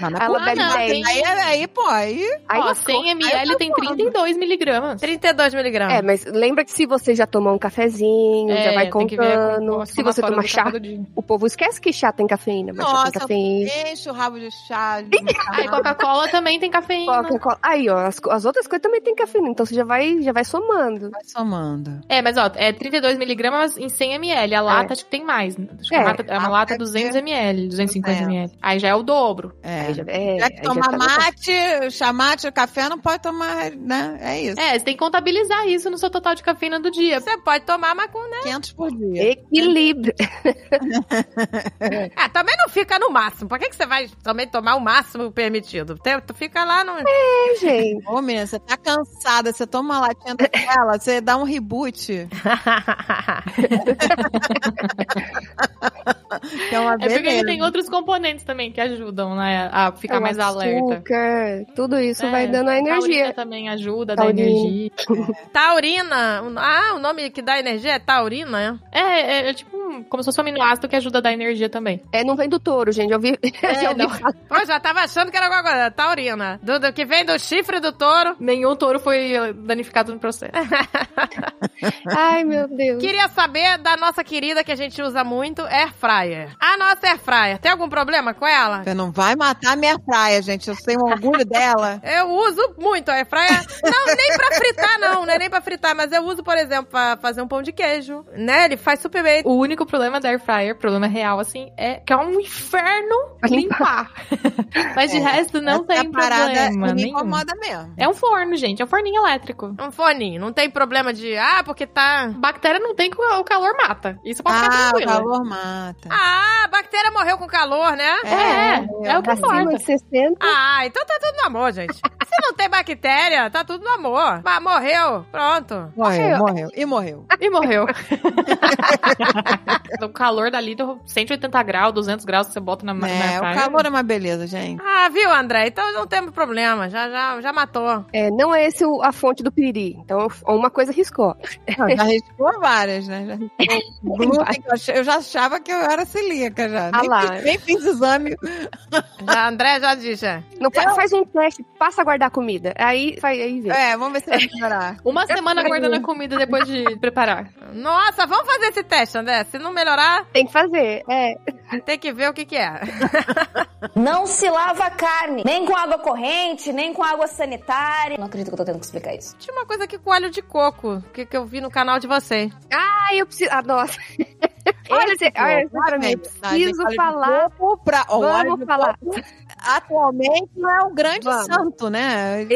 F: Não, não é
D: Ela
F: possível.
D: bebe
C: Ah. não,
D: 10.
F: Aí, aí, pô, aí...
D: Aí
C: Ó,
D: lascou.
C: 100 ml tem 32 miligramas.
A: 32 miligramas.
D: É, mas lembra que se você já tomar um cafezinho, já vai
C: É, tem que ver
D: contando.
C: com-
D: se você
C: fora
D: tomar
C: do
D: chá,
C: café do dia.
D: o povo esquece que chá tem cafeína, mas chá
F: Nossa,
D: tem cafeína.
F: Enche o rabo de chá. De...
C: Aí Coca-Cola também tem cafeína.
D: Coca-Cola. Aí, ó, as, co- as outras coisas também tem cafeína, então você já vai, já vai somando.
F: Vai somando.
C: É, mas ó, é 32 miligramas em 100 ml. A lata acho que tem mais. né? Acho que
D: É,
C: a lata, é uma
F: a
C: lata
F: lata
C: é 200 ml, 250 ml. Aí já é o dobro.
F: É.
D: Aí já, é,
F: Já
D: aí
F: que tomar
D: tá no-
F: mate, chamate, o café não pode tomar, né? É isso.
C: É, você tem que contabilizar isso no seu total de cafeína do dia.
A: Você pode tomar, mas com. Né?
F: 500 por
C: É.
F: dia.
D: Equilíbrio.
A: Ah, também não fica no máximo. Por que, que você vai também tomar o máximo permitido? Tem- Tu fica lá no.
D: É, gente.
F: Ô, menina, você tá cansada, você toma uma latinha daquela, você dá um reboot. Que é uma
C: É porque
F: beleza. Então,
C: ele tem outros componentes também que ajudam, né? A ficar
D: É o
C: mais alerta.
D: açúcar, Tudo isso
C: É,
D: vai dando a
C: Taurina
D: energia.
C: também ajuda, dá
D: Taurina.
C: energia.
A: taurina. Ah, o nome que dá energia é taurina, né?
C: É, é, é tipo um- como se fosse um aminoácido que ajuda a dar energia também.
D: É, não vem do touro, gente. Eu vi. [laughs]
C: É,
D: já ouvi
C: não.
D: falar.
A: Pô, já tava achando que era alguma coisa. Taurina. Do, do que vem do chifre do touro.
C: Nenhum touro foi eh, danificado no processo.
F: É.
D: Ai, meu Deus.
A: Queria saber da nossa querida que a gente usa muito, Air Fryer. A nossa Air Fryer, tem algum problema com ela?
F: Você não vai matar minha praia, gente. Eu tenho orgulho dela.
A: Eu uso muito a air fryer. Não, nem pra fritar, não, né? Nem pra fritar, mas eu uso, por exemplo, pra fazer um pão de queijo, né? Ele faz super bem.
C: O único problema da air fryer, problema real assim, é que é um inferno
D: Pra
C: limpar.
F: [laughs]
C: Mas de resto [laughs] não
F: É. Essa
C: tem
F: parada
C: problema
F: não me
C: nenhum.
F: incomoda mesmo.
C: É um forno, gente, é um forninho elétrico.
A: Um foninho, não tem problema de, ah, porque tá...
C: Bactéria não tem que o calor mata. Isso pode ficar
F: Ah, o
C: tranquilo.
F: calor mata.
A: Ah, a bactéria morreu com calor, né?
C: É, é, o que
D: Acima
C: importa.
D: de 60.
A: Ah, então tá tudo no amor, gente. Se não tem bactéria, tá tudo no amor. Mas morreu, pronto.
F: Morreu, morreu. E morreu.
C: E [laughs] morreu. o calor dali, do 180 graus, 200 graus que você bota na, na
F: É,
C: air
F: o
C: fryer.
F: calor é uma beleza, gente.
A: Ah, viu, André? Então não temos problema, já, já, já matou.
D: É, não é esse o- a fonte do piriri. Então, uma coisa riscou. [laughs]
F: Já arriscou várias, né? Já
D: É,
F: arriscou glúten, que eu achei- eu já achava que eu era celíaca já.
D: Ah
F: nem,
D: lá.
F: fiz, nem
D: [laughs]
F: fiz exame.
A: Já, André já disse. já.
D: Não faz, faz um teste, passa a guardar comida. Aí vai aí vê.
F: É, vamos ver se vai melhorar.
D: é
C: Uma semana guardando a comida depois de preparar. É
A: Nossa, vamos fazer esse teste, André. Se não melhorar,
D: Tem que fazer. É.
A: tem que ver o que que é.
G: Não se lava a carne, nem com água corrente, nem com água sanitária. Não acredito que eu tô tendo que explicar isso.
A: Tinha uma coisa aqui com óleo de coco, que, que eu vi no canal de vocês.
D: Ai, eu preciso. Ah, nossa. olha, você,
F: é
D: olha você pra mim. Eu Ah, é, preciso falar.
F: Corpo pra... Ó, óleo
D: Vamos
F: de
D: falar.
F: coco Atualmente não é um grande
D: Vamos. [laughs]
F: santo, né?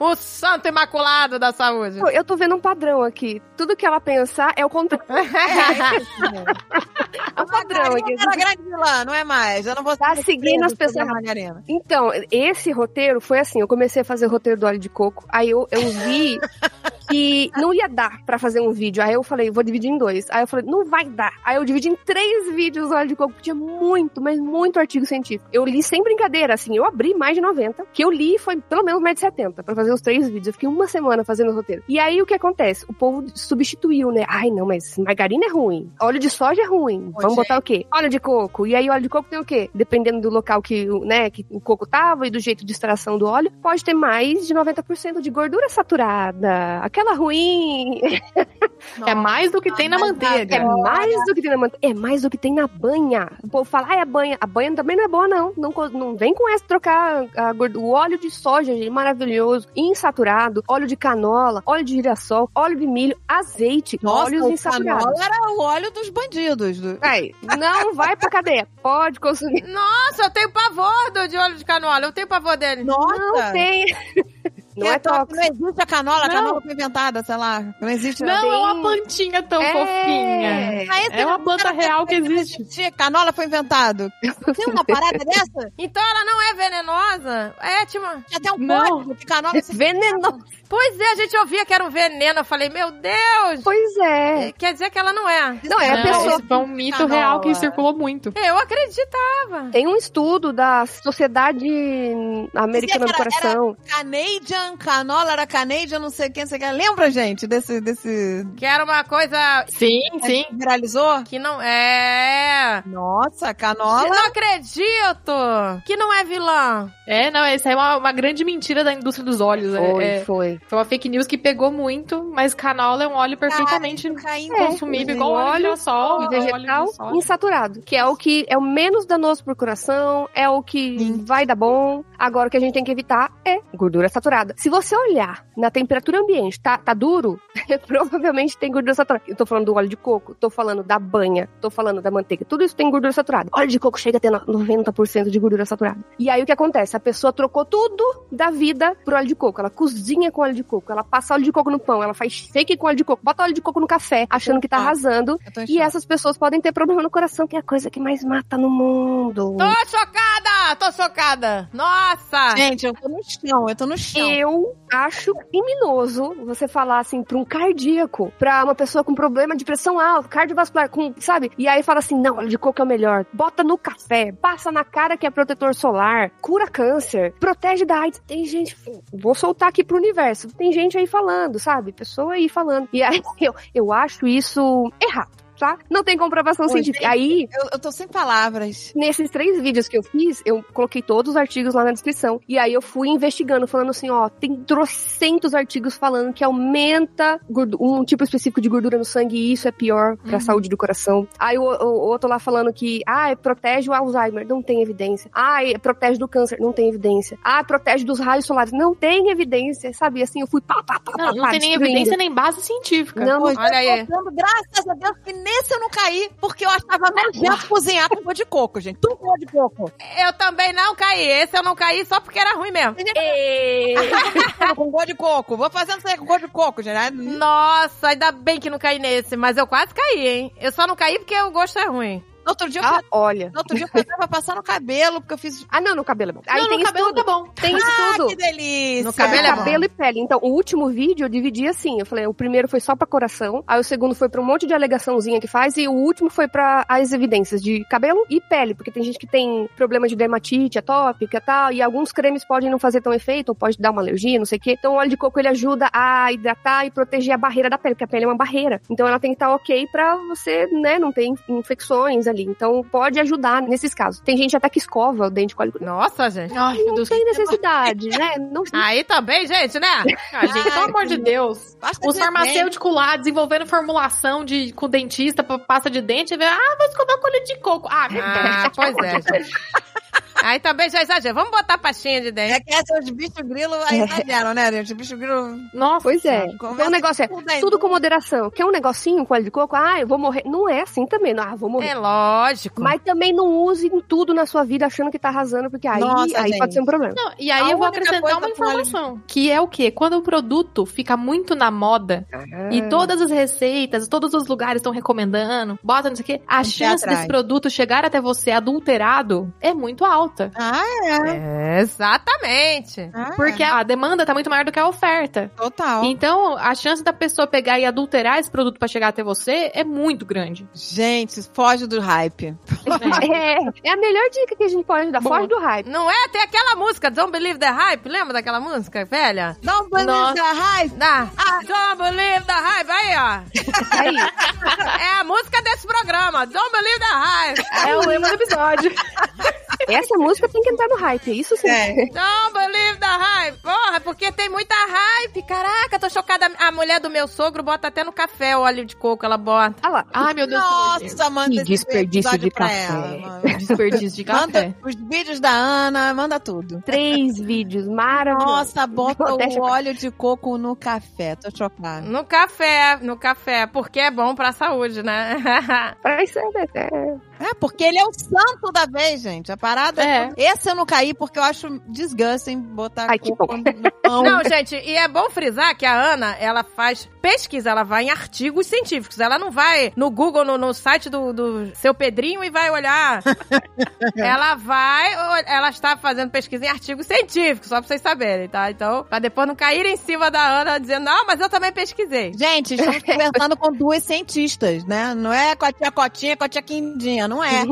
A: O santo imaculado da saúde.
D: Eu tô vendo um padrão aqui. Tudo que ela pensar é o contrário. Não, é que
F: Era grande vilã, não é mais. Eu não vou
D: Tá
F: ser
D: seguindo as
F: surpresa sobre
D: pessoas.
F: a Margarina.
D: Então, esse roteiro foi assim, eu comecei a fazer o roteiro do óleo de coco, aí eu, eu vi que não ia dar pra fazer um vídeo. Aí eu falei, vou dividir em dois. Aí eu falei, não vai dar. Aí eu dividi em três vídeos do óleo de coco, porque tinha muito, mas muito artigo científico. Eu li sem brincadeira, assim, eu abri mais de 90, que eu li foi pelo menos mais de 70 pra fazer os três vídeos. Eu fiquei uma semana fazendo o roteiro. E aí o que acontece? O povo substituiu, né? Ai, não, mas margarina é ruim, óleo de soja é ruim. Vamos botar o quê? Óleo de coco. E aí óleo de coco tem o quê? Dependendo do local que, o- né, que o coco tava e do jeito de extração do óleo, pode ter mais de 90% de gordura saturada. Aquela ruim,
C: É mais do que tem na manteiga.
D: é mais do que tem na manteiga. É mais do que tem na banha. O povo fala, ah, é a banha. A banha também não é boa, não. Não, co- não vem com essa trocar a gordu- o óleo de soja, gente, maravilhoso, insaturado, óleo de canola, óleo de girassol, óleo de milho, azeite,
F: Nossa,
D: óleos
F: o
D: insaturados.
F: canola era o óleo dos bandidos. do-
D: Aí, não vai pra cadeia. Pode consumir.
A: Nossa, eu tenho pavor do de óleo de canola. Eu tenho pavor dele.
F: Nossa!
D: Não
F: [laughs]
D: tem. Não é
F: Então,
D: tóxico.
F: Não existe a canola, a
C: Não.
F: canola foi inventada, sei lá. Não existe.
C: Não, é uma
D: bem-
C: plantinha tão
D: É.
C: fofinha.
F: Ah, esse
C: É uma planta real que existe.
F: Gente, Canola foi inventado. Tem
C: [laughs]
F: uma parada dessa?
A: Então ela não é venenosa? É, tipo...
F: Tinha até um
C: Não.
F: código de canola. Você
D: Venenoso.
A: Pois é, a gente ouvia que era um veneno. Eu falei, meu Deus!
D: Pois é.
A: Quer dizer que ela não é.
D: Não, é
C: Não,
D: a pessoa tá
C: esse foi um mito real que
F: canola.
C: circulou muito.
A: Eu acreditava.
D: Tem um estudo da Sociedade Americana do
F: Dizia que era-
D: Coração.
F: Canadian, canola era Canadian, não sei quem, você quer. Lembra, gente, desse, desse... né,
A: Que era uma coisa
C: Sim,
D: É.
C: sim.
F: Viralizou?
A: que não é.
F: Nossa,
A: Eu
F: canola.
A: não acredito! Que não é vilã.
C: É, não, essa é uma, uma grande mentira da indústria dos óleos. É-
D: Foi,
C: é,
D: foi.
C: Foi uma fake news que pegou muito, mas canola é um óleo perfeitamente
F: Caindo.
C: consumível, igual óleo de sol,
D: E vegetal insaturado, que é o que é o menos danoso pro coração, é o que vai dar bom. Agora o que a gente tem que evitar é gordura saturada. Se você olhar na temperatura ambiente, tá, tá duro, [laughs] provavelmente tem gordura saturada. Eu tô falando do óleo de coco, tô falando da banha, tô falando da manteiga, tudo isso tem gordura saturada. Óleo de coco chega a ter no- 90% de gordura saturada. E aí o que acontece? A pessoa trocou tudo da vida pro óleo de coco. Ela cozinha com óleo de coco, ela passa óleo de coco no pão, ela faz shake com óleo de coco, bota óleo de coco no café, achando que tá arrasando,
F: Eu tô em
D: e
F: choque.
D: essas pessoas podem ter problema no coração, que é a coisa que mais mata no mundo.
A: Tô chocada! Tô chocada! Nossa!
F: Hum. Gente, eu tô no chão, eu tô no chão.
D: Eu acho criminoso você falar assim pra um cardíaco, pra uma pessoa com problema de pressão alta, cardiovascular, com, sabe? E aí fala assim: não, óleo de coco é o melhor. Bota no café, passa na cara que é protetor solar, cura câncer, protege da AIDS. Tem gente, vou soltar aqui pro universo, tem gente aí falando, sabe? Pessoa aí falando. E aí [laughs] eu, eu acho isso errado, tá? Não tem comprovação
F: Oi,
D: científica. Aí
F: Eu, eu tô sem palavras.
D: Nesses três vídeos que eu fiz, eu coloquei todos os artigos lá na descrição. E aí eu fui investigando, falando assim, ó, tem trocentos artigos falando que aumenta gordu- um tipo específico de gordura no sangue e isso é pior
C: Uhum.
D: pra saúde do coração. Aí o, o- o outro lá falando que, ah, protege o Alzheimer, não tem evidência. Ah, e protege do câncer, não tem evidência. Ah, protege dos raios solares, não tem evidência, sabe? E assim, eu fui pá, pá, pá,
C: Não,
D: pá,
C: não
D: pá,
C: tem nem
D: destruindo.
C: evidência nem base científica.
D: Não, não
F: Hoje
A: Olha
F: eu
A: aí.
F: tô dando graças a Deus que nesse eu não caí, porque eu achava nojento cozinhar com pó de coco, gente. Tudo pó de coco.
A: Eu também não caí. Esse eu não caí só porque era ruim mesmo.
F: com pó de coco. Vou fazendo isso aí com pó de coco, gente. Ai, não.
A: Nossa, ainda bem que não caí nesse, mas eu quase caí, hein? Eu só não caí porque o gosto é ruim.
F: Outro dia, eu
D: Ah,
F: fui-
D: olha.
F: no outro dia eu fui pra passar no cabelo, porque eu fiz...
D: Ah, não, no cabelo é bom. Aí
C: não,
D: tem
C: no
D: isso
C: cabelo
D: tudo.
C: tá bom.
D: Tem isso tudo.
F: Que delícia.
A: No cabelo é bom.
D: cabelo e pele. Então, o último vídeo eu dividi assim. Eu falei, o primeiro foi só pra coração, aí o segundo foi pra um monte de alegaçãozinha que faz, e o último foi pra as evidências de cabelo e pele, porque tem gente que tem problema de dermatite atópica e tal, e alguns cremes podem não fazer tão efeito, ou pode dar uma alergia, não sei o quê. Então, o óleo de coco ele ajuda a hidratar e proteger a barreira da pele, porque a pele é uma barreira. Então, ela tem que estar ok pra você, né, não ter infecções ali. Então, pode ajudar nesses casos. Tem gente até que escova o dente com óleo.
A: Nossa, gente.
C: Ai, meu
D: Não
C: Deus.
D: tem necessidade, né? Não
A: Aí também, gente, né?
C: Ah, gente, pelo
F: Ai,
C: amor de Deus.
F: Basta
C: Os
F: dizer né?
C: farmacêuticos lá desenvolvendo formulação de, com
F: Ah,
C: dentista, pra pasta de dente, e vê, ah, vou escovar com óleo de coco. Ah, meu Deus.
A: Ah, pois é, gente. Aí também já exagero. Vamos botar pastinha de dente.
F: É que essa, os bichos grilo aí
D: É.
F: exageram, né, gente? O bicho grilo
C: Nossa.
D: Pois é.
F: Conversa
D: Então o negócio é
F: com tudo aí.
D: tudo com moderação. Quer um negocinho com óleo de coco? Ah, eu vou morrer. Não é assim também. não. Ah, vou morrer.
A: É lógico.
D: Mas também não use em tudo na sua vida achando que tá arrasando, porque aí,
F: Nossa,
D: aí
F: gente.
D: pode ser um
F: [laughs]
D: problema.
C: Não, e aí
F: A
C: eu vou
F: única
C: acrescentar
F: coisa
C: uma
F: com óleo de-
C: informação, que é o quê? Quando o produto fica muito na moda
F: Ah.
C: e todas as receitas, todos os lugares estão recomendando, bota não sei o quê, a chance
F: atrás.
C: desse produto chegar até você adulterado é muito alta.
F: Ah, é.
A: É, exatamente.
F: Ah,
C: Porque a demanda tá muito maior do que a oferta.
F: Total.
C: Então, a chance da pessoa pegar e adulterar esse produto pra chegar até você é muito grande.
F: Gente, foge do hype.
D: É, é a melhor dica que a gente pode dar.
C: Boa.
D: Foge do hype.
A: Não é? Tem aquela música, Don't Believe the Hype. Lembra daquela música, velha?
F: Dá um banho
C: Nossa.
F: da hype.
A: Da Don't Believe the Hype. Aí, ó.
D: Aí,
A: É a música desse programa. Don't Believe the Hype.
C: É o lema do episódio.
D: [laughs] essa música tem que entrar no hype. Isso sim.
F: É.
A: Don't Believe the Hype. Porra, porque tem muita hype. Caraca, tô chocada. A mulher do meu sogro bota até no café o óleo de coco, ela bota.
D: Ah lá.
C: Ai, meu Deus. do céu.
F: Nossa, manda
D: Que
F: esse
D: desperdício
F: episódio
D: de
F: pra
D: café.
F: ela, mano.
C: Desperdício de café.
F: Manda os vídeos da Ana, manda tudo.
D: Três vídeos maravilhosos.
F: Nossa, bota
D: Deixa
F: o
D: pra-
F: óleo de coco no café. Tô chocada.
A: No café, no café, porque é bom pra saúde, né? [laughs]
D: Pra isso é, é,
F: É, porque ele é o santo da vez, gente. A parada é.
C: É.
F: Esse eu não caí porque eu acho desgusting botar
D: Ai, que
F: coco
D: bom.
F: no pão.
A: Não, gente, e é bom frisar que a Ana, ela faz pesquisa, ela vai em artigos científicos. Ela não vai no Google, no, no site do, do seu Pedrinho e vai olhar. ela vai, ela está fazendo pesquisa em artigos científicos, só pra vocês saberem, tá? Então, pra depois não caírem em cima da Ana dizendo, não, mas eu também
F: [laughs]
A: pesquisei.
D: [laughs]
F: Gente, estamos conversando com duas cientistas, né? Não é com a tia Cotinha, com a tia Quindinha, não é.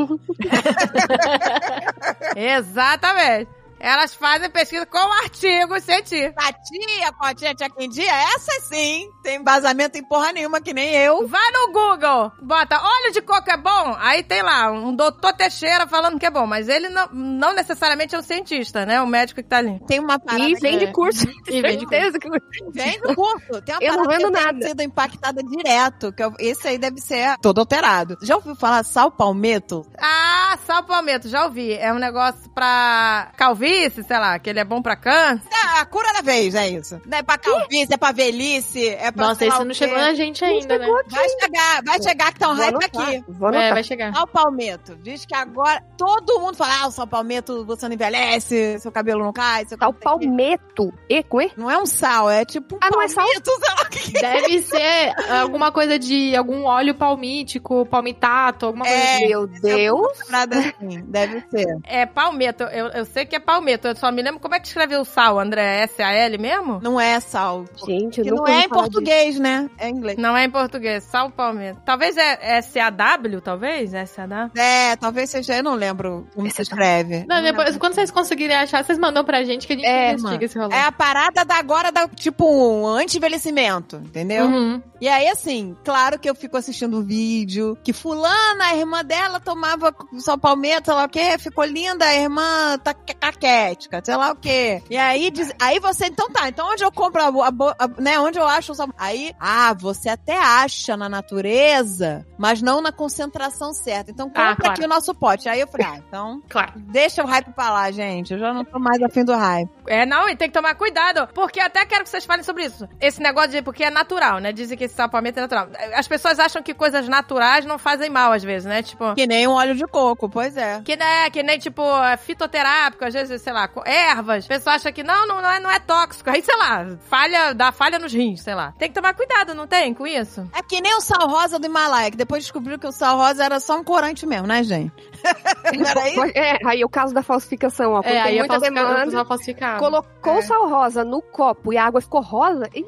A: Exatamente. Elas fazem pesquisa com artigos científicos.
F: A tia Cotinha, a tia Quindinha, essa sim, tem embasamento em porra nenhuma, que nem eu.
A: Vai no Google, bota óleo de coco é bom, aí tem lá um doutor Teixeira falando que é bom, mas ele não, não necessariamente é um cientista, né? O médico que tá ali.
F: Tem uma parada
D: né? E vem de curso.
C: E vende
D: Certeza que-
F: Vem do curso. Tem uma
D: Eu não
F: parada
D: vendo
F: que
D: nada.
F: tem sido impactada direto. Que eu- esse aí deve ser todo alterado. Já ouviu falar sal palmeto?
A: Ah, sal palmento, já ouvi. É um negócio pra calvície, sei lá, que ele é bom pra câncer.
F: É a cura da vez, é isso. Não é pra calvície, é pra velhice, é pra
C: Nossa,
F: sei lá
C: isso
F: o
C: não
F: quê.
C: chegou na gente ainda, né?
F: Vai chegar, vai chegar que tá um
D: Vou
F: hype
D: anotar.
F: aqui.
D: Vou
C: É,
D: anotar.
C: vai chegar.
F: Sal palmeto. Diz que agora todo mundo fala, ah, o sal palmeto, você não envelhece, seu cabelo não cai, seu
D: Tal
F: cabelo...
D: palmeto. Tá E com E?
F: Não é um sal, é tipo um
D: Ah, não é sal?
F: palmito, sei lá o que.
C: Deve ser alguma coisa de algum óleo palmítico, palmitato, alguma coisa
F: É.
C: assim.
D: Meu Deus.
F: Nada assim, deve ser.
A: É palmento, eu, eu sei que é palmento, eu só me lembro como é que escreveu o sal, André, É S-A-L mesmo?
F: Não é sal.
D: Gente, eu
F: Que não
D: nunca ouvi
F: é em
D: falar disso.
F: português, né? É em inglês.
A: Não é em português, sal palmento. Talvez é S-A-W, talvez? S-A-W?
F: É, talvez seja, eu não lembro como se escreve.
C: Não, depois, quando vocês conseguirem achar, vocês mandam pra gente que a gente
F: É,
C: investiga
F: mano.
C: esse rolê.
F: É a parada da agora, da, tipo, um anti-envelhecimento, entendeu?
C: Uhum.
F: E aí, assim, claro que eu fico assistindo o vídeo, que fulana, a irmã dela tomava só palmeta, sei lá o quê, ficou linda, a irmã tá ca- caquética, sei lá o quê. E aí, diz- aí você, então tá, então onde eu compro a, bo- a bo- a- né, onde eu acho o sal... Aí, ah, você até acha na natureza, mas não na concentração certa. Então compra
C: Ah, claro.
F: aqui o nosso pote. Aí eu falei, ah, então
C: Claro.
F: deixa o hype pra lá, gente, eu já não tô mais afim do hype.
A: É, não, e tem que tomar cuidado, porque eu até quero que vocês falem sobre isso. Esse negócio de. Porque é natural, né? Dizem que esse salpamento é natural. As pessoas acham que coisas naturais não fazem mal, às vezes, né? Tipo.
F: Que nem um óleo de coco, pois é.
A: Que, né, que nem, tipo, é, fitoterápico, às vezes, sei lá, co- ervas. A pessoa acha que não, não, não, é, não é tóxico. Aí, sei lá, falha, dá falha nos rins, sei lá. Tem que tomar cuidado, não tem, com isso?
F: É que nem o sal rosa do Himalaia, que depois descobriu que o sal rosa era só um corante mesmo, né, gente? [laughs] Não era isso?
D: É, aí o caso da falsificação, ó. Quando
C: É, aí
D: tem
C: é
D: muita
C: falsificado, o
D: demanda,
C: pessoal falsificado.
D: colocou
C: É.
D: o sal rosa no copo e a água ficou rosa. Ih,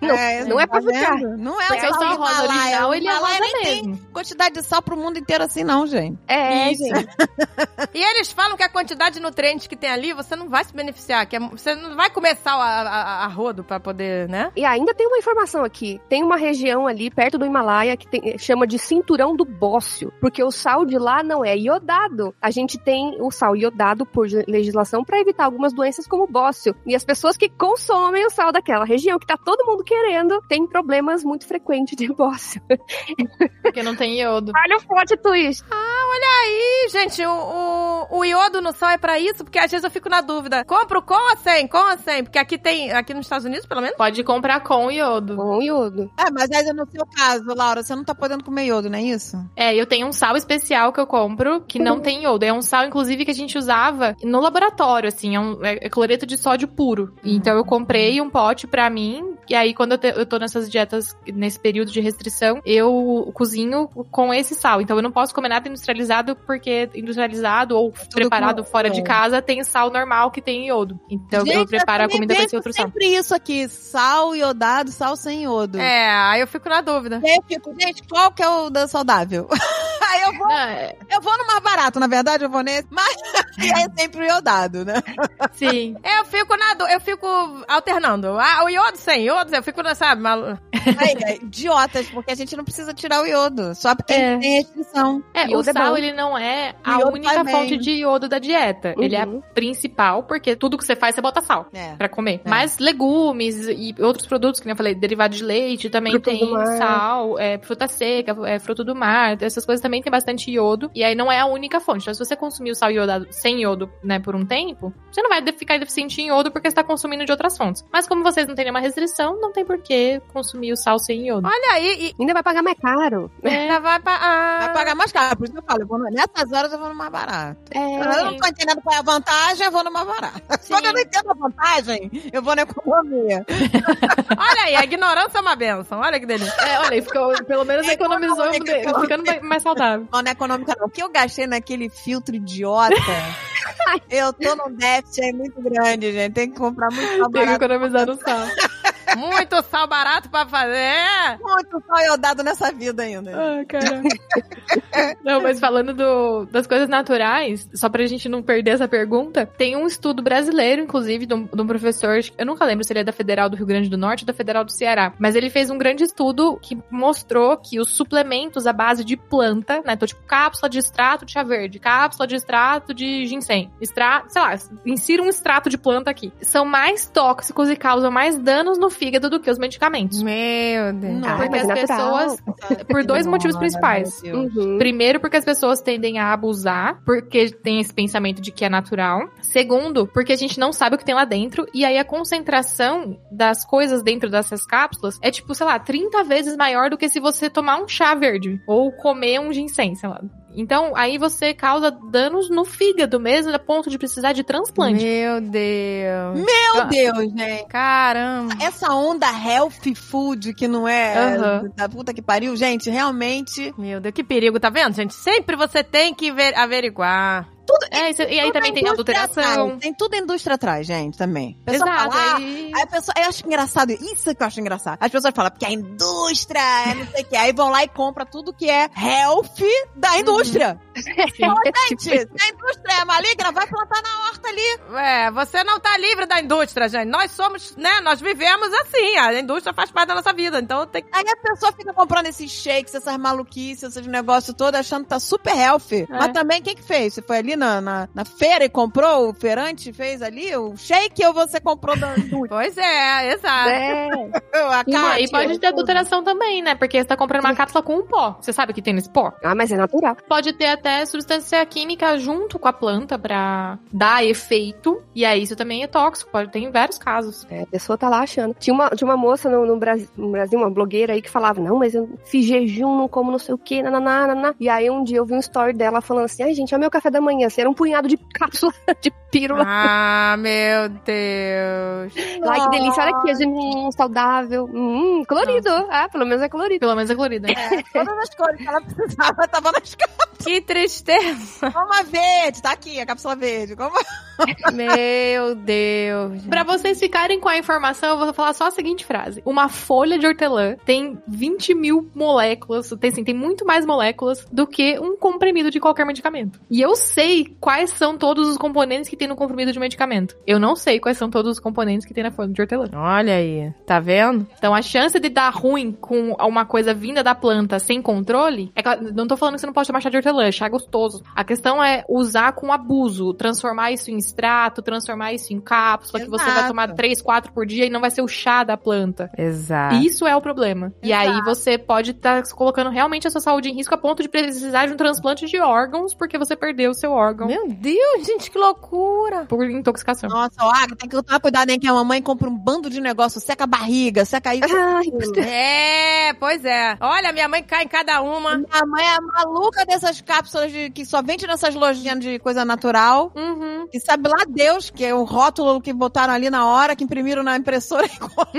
D: não, não é pra
F: tá
D: ficar.
F: vendo? Não é
C: Porque o sal rosa
F: Himalaia.
C: original, ele é
F: Himalaia
C: rosa
F: nem tem
C: mesmo.
F: quantidade de sal pro mundo inteiro assim, não, gente.
D: É,
C: Isso.
D: gente.
A: E eles falam que a quantidade de nutrientes que tem ali, você não vai se beneficiar. Que é- você não vai comer sal a, a- a rodo pra poder, né?
D: E ainda tem uma informação aqui. Tem uma região ali perto do Himalaia que tem- chama de cinturão do bócio, porque o sal de lá não é iodado. A gente tem o sal iodado por ge- legislação para evitar algumas doenças como o bócio. E as pessoas que consomem o sal daquela região que tá todo mundo querendo, tem problemas muito frequentes de [laughs] bócio.
C: Porque não tem iodo.
D: Tá Olha o plot twist.
A: Ih, gente, o, o, o iodo no sal é pra isso? Porque às vezes eu fico na dúvida. Compro com ou sem? Com ou sem? Porque aqui tem, aqui nos Estados Unidos, pelo menos.
C: Pode comprar com iodo.
D: Com iodo.
F: É, mas aí no seu caso, Laura, você não tá podendo comer iodo, não é isso?
C: É, eu tenho um sal especial que eu compro que não tem iodo. É um sal, inclusive, que a gente usava no laboratório, assim. É, um, é- é cloreto de sódio puro. Então eu comprei um pote pra mim. E aí, quando eu, te- eu tô nessas dietas, nesse período de restrição, eu cozinho com esse sal. Então eu não posso comer nada industrializado, porque industrializado ou preparado fora de casa tem sal normal que tem iodo. Então eu
F: Gente,
C: preparo a
F: também
C: comida com esse
F: vejo
C: outro sal.
F: sempre isso aqui, sal iodado, sal sem iodo.
A: É, aí eu fico na dúvida.
F: E aí eu fico, gente, qual que é o da saudável? [laughs] aí eu vou,
C: Não, é-
F: eu vou no mais barato, na verdade, eu vou nesse, mas [laughs] é sempre o iodado, né?
C: sim.
A: Eu fico na dúvida, eu fico alternando. Ah, o iodo sem iodo, eu fico, na- sabe, malu...
F: Aí, é, idiotas, porque a gente não precisa tirar o iodo, só porque
C: É.
F: tem restrição.
C: É, o
D: Iodo é
C: sal,
D: bom.
C: ele não é
F: O
C: a
F: iodo
C: única
F: faz bem.
C: fonte de iodo da dieta. Ele é a
D: Uhum.
C: principal, porque tudo que você faz, você bota sal
F: É.
C: pra comer.
F: É.
C: Mas legumes e outros produtos, que nem eu falei, derivado de leite, também
D: Fruta
C: tem
D: do mar.
C: sal, é, fruta seca, é, fruto do mar, essas coisas também tem bastante iodo. E aí não é a única fonte. Então, se você consumir o sal iodado sem iodo, né, por um tempo, você não vai de- ficar deficiente em iodo porque você tá consumindo de outras fontes. Mas como vocês não têm nenhuma restrição, não tem por que consumir o sal sem
F: [laughs]
C: iodo.
A: Olha aí,
D: Ainda vai pagar mais caro.
A: e ainda vai pra... Ah,
F: Vai pagar mais caro, por isso que eu falo, eu vou no- nessas horas eu vou no mais barato.
C: É,
F: eu Ah, não
C: sim.
F: tô entendendo qual é a vantagem, eu vou no mais barato.
C: é,
F: Quando eu não entendo a vantagem, eu vou na economia.
A: Olha aí, a ignorância é uma benção. Olha que delícia.
C: É, olha, ficou, pelo menos
F: [laughs] É
C: economizou,
F: econômica, econômica.
C: ficando mais- mais saudável.
F: Não, não é econômica não. O que eu gastei naquele
C: [laughs]
F: filtro idiota, eu tô num déficit aí muito grande, gente. Tem que comprar muito mais
C: Tem que
F: Tá barato.
C: economizar no sal.
A: Muito sal barato pra fazer. É.
F: Muito sal iodado nessa vida ainda.
C: Ah, caraca. [laughs] Não, mas falando do- das coisas naturais, só pra gente não perder essa pergunta, tem um estudo brasileiro, inclusive, de um, de um professor, eu nunca lembro se ele é da Federal do Rio Grande do Norte ou da Federal do Ceará, mas ele fez um grande estudo que mostrou que os suplementos à base de planta, né, então tipo cápsula de extrato de chá verde, cápsula de extrato de ginseng, extrato, sei lá, insira um extrato de planta aqui, são mais tóxicos e causam mais danos no fígado do que os medicamentos.
A: Meu Deus.
D: Ah,
C: Porque
D: mas
C: as
D: natural.
C: pessoas por dois motivos principais.
A: [laughs]
D: Uhum.
C: Primeiro, porque as pessoas tendem a abusar, porque tem esse pensamento de que é natural. Segundo, porque a gente não sabe o que tem lá dentro, e aí a concentração das coisas dentro dessas cápsulas é tipo, sei lá, 30 vezes maior do que se você tomar um chá verde ou comer um ginseng, sei lá. Então, aí você causa danos no fígado mesmo, a ponto de precisar de transplante.
A: Meu Deus.
F: Meu Deus, gente.
A: Caramba.
F: Essa onda healthy food que não é
C: Aham.
F: da puta que pariu, gente, realmente.
A: Meu Deus, que perigo, tá vendo, gente? Sempre você tem que ver, averiguar.
C: É, e, cê- e aí também tem
F: indústria
C: adulteração.
F: atrás, Tem tudo a indústria atrás, gente, também. A pessoa
C: Exato.
F: fala, "Ah,
C: aí-
F: Aí a pessoa, eu acho engraçado, isso que eu acho engraçado. As pessoas falam, porque a indústria, é não sei o que. Aí vão lá e compram tudo que é health da
C: Uhum.
F: indústria.
D: tipo
F: Gente, se a indústria é maligna, vai plantar na horta ali.
A: É, você não tá livre da indústria, gente. Nós somos, né? Nós vivemos assim. A indústria faz parte da nossa vida, então tem que.
F: Aí a pessoa fica comprando esses shakes, essas maluquices, esses negócios todos, achando que tá super healthy. Mas também, quem que fez? Você foi ali na, na, na feira e comprou, o feirante fez ali o shake ou você comprou da indústria?
A: Pois é, exato.
D: É.
F: A
C: E, uma- e
F: Kátia,
C: pode ter adulteração também, né? Porque você tá comprando uma cápsula com um pó. Você sabe o que tem nesse pó?
D: Ah, mas é natural.
C: Pode ter até substância química junto com a planta pra dar efeito. E aí isso também é tóxico. Pode ter em vários casos.
D: É, a pessoa tá lá achando. Tinha uma, tinha uma moça no, no Brasil, no Brasil, uma blogueira aí que falava, não, mas eu fiz jejum, não como não sei o quê, nananá, nananá. E aí um dia eu vi um story dela falando assim, ai gente, é o meu café da manhã, assim, era um punhado de [laughs] cápsula, de pílula.
A: Ah, meu Deus.
D: Ai, que delícia, olha aqui, a gente, hum, saudável, hum, colorido. Ah, pelo menos é colorido.
C: Pelo menos é colorida.
F: Todas as cores que ela precisava, tava nas
A: Que tristeza.
F: Coma verde, tá aqui, a cápsula verde. é? Coma...
A: Meu Deus.
C: Pra vocês ficarem com a informação, eu vou falar só a seguinte frase. Uma folha de hortelã tem 20 mil moléculas, tem, assim, tem muito mais moléculas do que um comprimido de qualquer medicamento. E eu sei quais são todos os componentes que tem no comprimido de medicamento. Eu não sei quais são todos os componentes que tem na folha de hortelã.
A: Olha aí, tá vendo?
C: Então a chance de dar ruim com uma coisa vinda da planta sem controle, é claro, não tô falando que você não pode tomar chá de hortelã, chá é gostoso. A questão é usar com abuso, transformar isso em extrato, transformar isso em cápsula, que você vai
F: Exato.
C: tomar 3, 4 por dia e não vai ser o chá da planta.
A: Exato.
C: Isso é o problema. E aí você pode estar colocando realmente a sua saúde em risco a ponto de precisar de um transplante de órgãos porque você perdeu o seu órgão
A: Meu Deus, gente, que loucura.
C: por intoxicação.
F: Nossa, ó, Agatha, tem que tomar cuidado, hein? Que a mamãe compra um bando de negócio, seca a barriga, seca isso.
D: Ai,
A: É, pois é. Olha, minha mãe cai em cada uma.
F: Minha mãe é maluca dessas cápsulas de- que só vende nessas lojinhas de coisa natural.
C: Uhum.
F: E sabe lá Deus, que é o rótulo que botaram ali na hora, que imprimiram na impressora e colaram.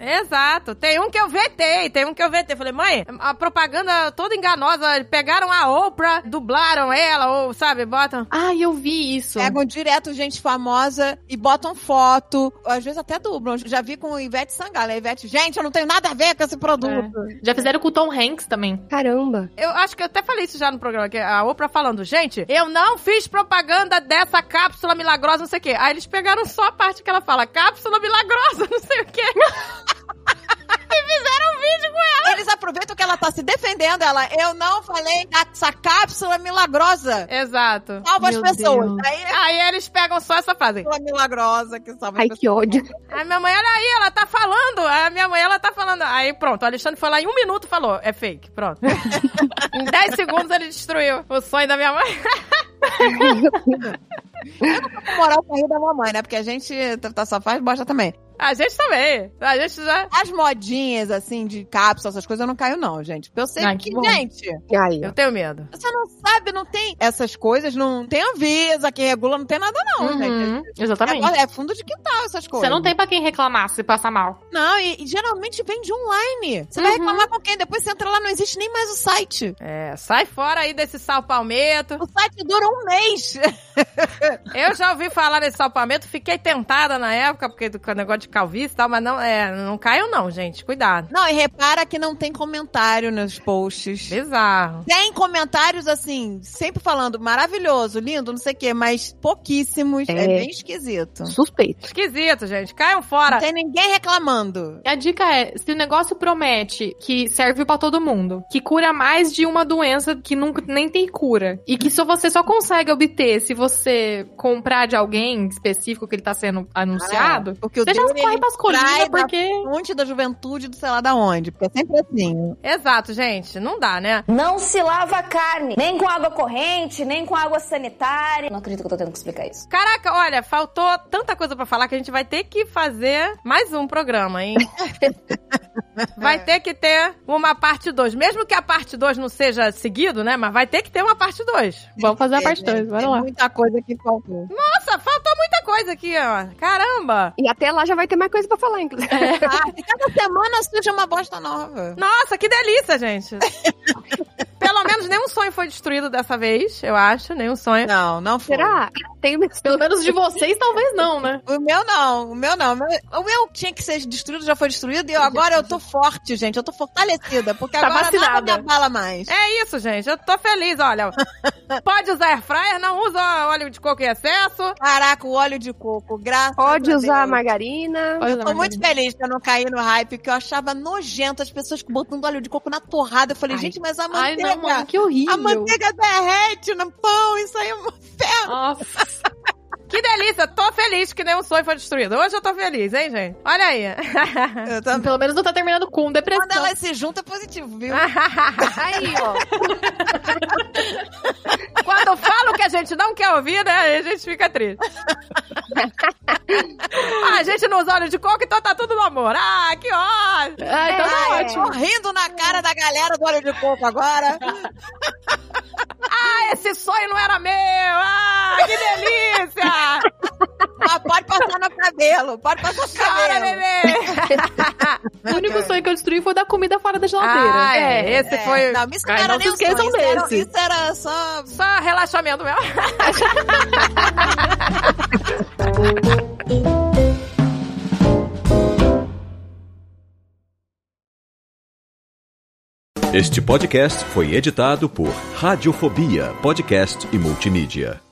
A: Exato. Tem um que eu vetei, tem um que eu vetei. Falei, mãe, a propaganda é toda enganosa. Pegaram a Oprah, dublaram ela, ou, sabe, botam.
C: Ah, eu vi isso.
F: Pegam direto gente famosa e botam foto. Às vezes até dublam. Já vi com o Ivete Sangalo. A Ivete, gente, eu não tenho nada a ver com esse produto.
C: Já fizeram com o Tom Hanks também.
D: caramba.
A: Eu acho que eu até falei isso já no programa, que a Oprah falando, gente, eu não fiz propaganda dessa cápsula milagrosa, não sei o quê. Aí eles pegaram só a parte que ela fala, cápsula milagrosa, [laughs] não sei o quê.
C: É.
F: Eles aproveitam que ela tá se defendendo. Ela, eu não falei dessa cápsula é milagrosa.
A: Exato.
F: Salva
C: Meu
F: as pessoas.
C: Deus.
F: Aí é a
A: Aí eles pegam só essa frase.
F: cápsula milagrosa que salva
D: Ai,
F: as pessoas.
D: que ódio.
A: A minha mãe, olha aí, ela tá falando. A minha mãe, ela tá falando. Aí pronto, o Alexandre foi lá em um minuto e falou: é fake, pronto. em 10 segundos ele destruiu o sonho da minha mãe.
F: moral com o rio da mamãe, né? Porque a gente tá- tá só faz bosta também.
A: A gente também. A gente já.
F: As modinhas, assim, de cápsula, essas coisas, eu não caio, não, gente. Porque eu sei
C: Ai,
F: que,
C: que bom.
F: gente,
D: Aí, ó.
A: Eu tenho medo.
F: você não sabe, não tem essas coisas, não tem Anvisa, quem regula, não tem nada, não, gente.
C: Uhum,
F: É,
C: Exatamente.
F: bo- é fundo de quintal essas
C: Você
F: coisas.
C: não tem pra quem reclamar se passar mal.
F: Não, e, e geralmente vende online. Você vai
C: Uhum.
F: reclamar com quem? Depois você entra lá, não existe nem mais o site.
A: É, sai fora aí desse sal
C: É.
A: palmeto.
F: O site dura um mês. [laughs]
A: Eu já ouvi falar desse sal palmeto, fiquei tentada na época, porque do com o negócio de calvície e tal, mas não, é, não caiu, não, gente. Cuidado.
F: Não, e repara que não tem comentário nos posts.
A: Bizarro.
F: Tem comentários assim, sempre falando maravilhoso, lindo, não sei o quê, mas pouquíssimos. É,
D: É.
F: bem esquisito.
D: Suspeito.
A: Esquisito, gente. Caiam
F: Não
A: fora.
F: tem ninguém reclamando.
C: A dica é, se o negócio promete que serve pra todo mundo, que cura mais de uma doença que nunca nem tem cura, e que só você só consegue obter se você comprar de alguém específico que ele tá sendo anunciado,
F: Porque o
C: você já
F: Ah, é. Deus
C: corre pras colinas
F: trai da-
C: porque
F: fonte da juventude do sei lá da onde. Porque é sempre assim.
A: Exato, gente. Não dá, né?
G: Não se lava a carne, nem com água corrente, nem com água sanitária. Não acredito que eu tô tendo que explicar isso.
A: Caraca, olha, faltou tanta coisa pra falar que a gente vai ter que fazer mais um programa, hein? vai ter que ter uma parte 2. Mesmo que a parte 2 não seja seguido, né? Mas vai ter que ter uma parte 2.
C: vamos fazer a parte
F: É, né?
C: 2, bora
F: Tem
C: lá.
F: muita coisa que
C: [laughs]
F: faltou.
A: Nossa, faltou muita coisa aqui, ó. Caramba!
D: E até lá já vai ter mais coisa pra falar, inclusive.
A: É.
D: [laughs]
F: Ah, e cada semana surge uma bosta nova.
A: Nossa, que delícia, gente! Pelo menos nenhum sonho foi destruído dessa vez, eu acho. Nenhum sonho.
F: Não, não foi.
D: Será? Tem uma
C: Pelo menos de vocês talvez não, né?
F: O meu não, o meu não. O meu- O meu tinha que ser destruído, já foi destruído, e eu- agora eu tô forte, gente. Eu tô
D: [laughs]
F: fortalecida, porque
C: Tá
F: agora
C: vacinada.
F: nada me abala mais.
A: É isso, gente. Eu tô feliz, olha. Pode usar air fryer, não usa óleo de coco em excesso.
F: Caraca, o óleo de coco, graças
D: Pode
F: a
D: usar
F: Deus.
D: margarina.
C: Olha lá,
F: Tô
C: Margarida.
F: muito feliz que eu não caí no hype, que eu achava nojento as pessoas botando óleo de coco na torrada. Eu falei,
D: Ai.
F: gente, mas a
C: Ai,
F: manteiga,
C: não, mano, que horrível.
F: a manteiga derrete no pão, isso aí é uma ferro.
C: Nossa.
A: Que delícia! Tô feliz que nenhum sonho foi destruído. Hoje eu tô feliz, hein, gente? Olha aí. [laughs]
D: É.
C: [laughs]
F: Eu também.
C: Pelo menos não tá terminando com depressão.
F: Quando elas se juntam, é positivo, viu?
D: Ah, Aí, ó.
A: Quando falam que a gente não quer ouvir, né? A gente fica triste. ah, a gente não usa óleo de coco, então tá tudo no amor. Ah, que ótimo!
C: Ah, então tá
D: É.
C: ótimo.
F: Tô rindo na cara da galera do óleo de coco agora.
A: Ah, esse sonho não era meu! Ah, que delícia!
F: Mas Ah, pode passar no cabelo, pode passar no
A: Cara,
F: cabelo.
A: bebê!
C: O
F: [laughs]
C: único sonho que eu destruí foi da comida fora da geladeira.
A: Ah, é, esse
F: É,
A: foi
F: Não, isso não
C: Ai,
F: era
C: não
F: nem
C: se esqueçam
F: um sonho, isso era-
C: desse.
F: Isso era só
A: só relaxamento meu.
H: Este podcast foi editado por Radiofobia, podcast e multimídia.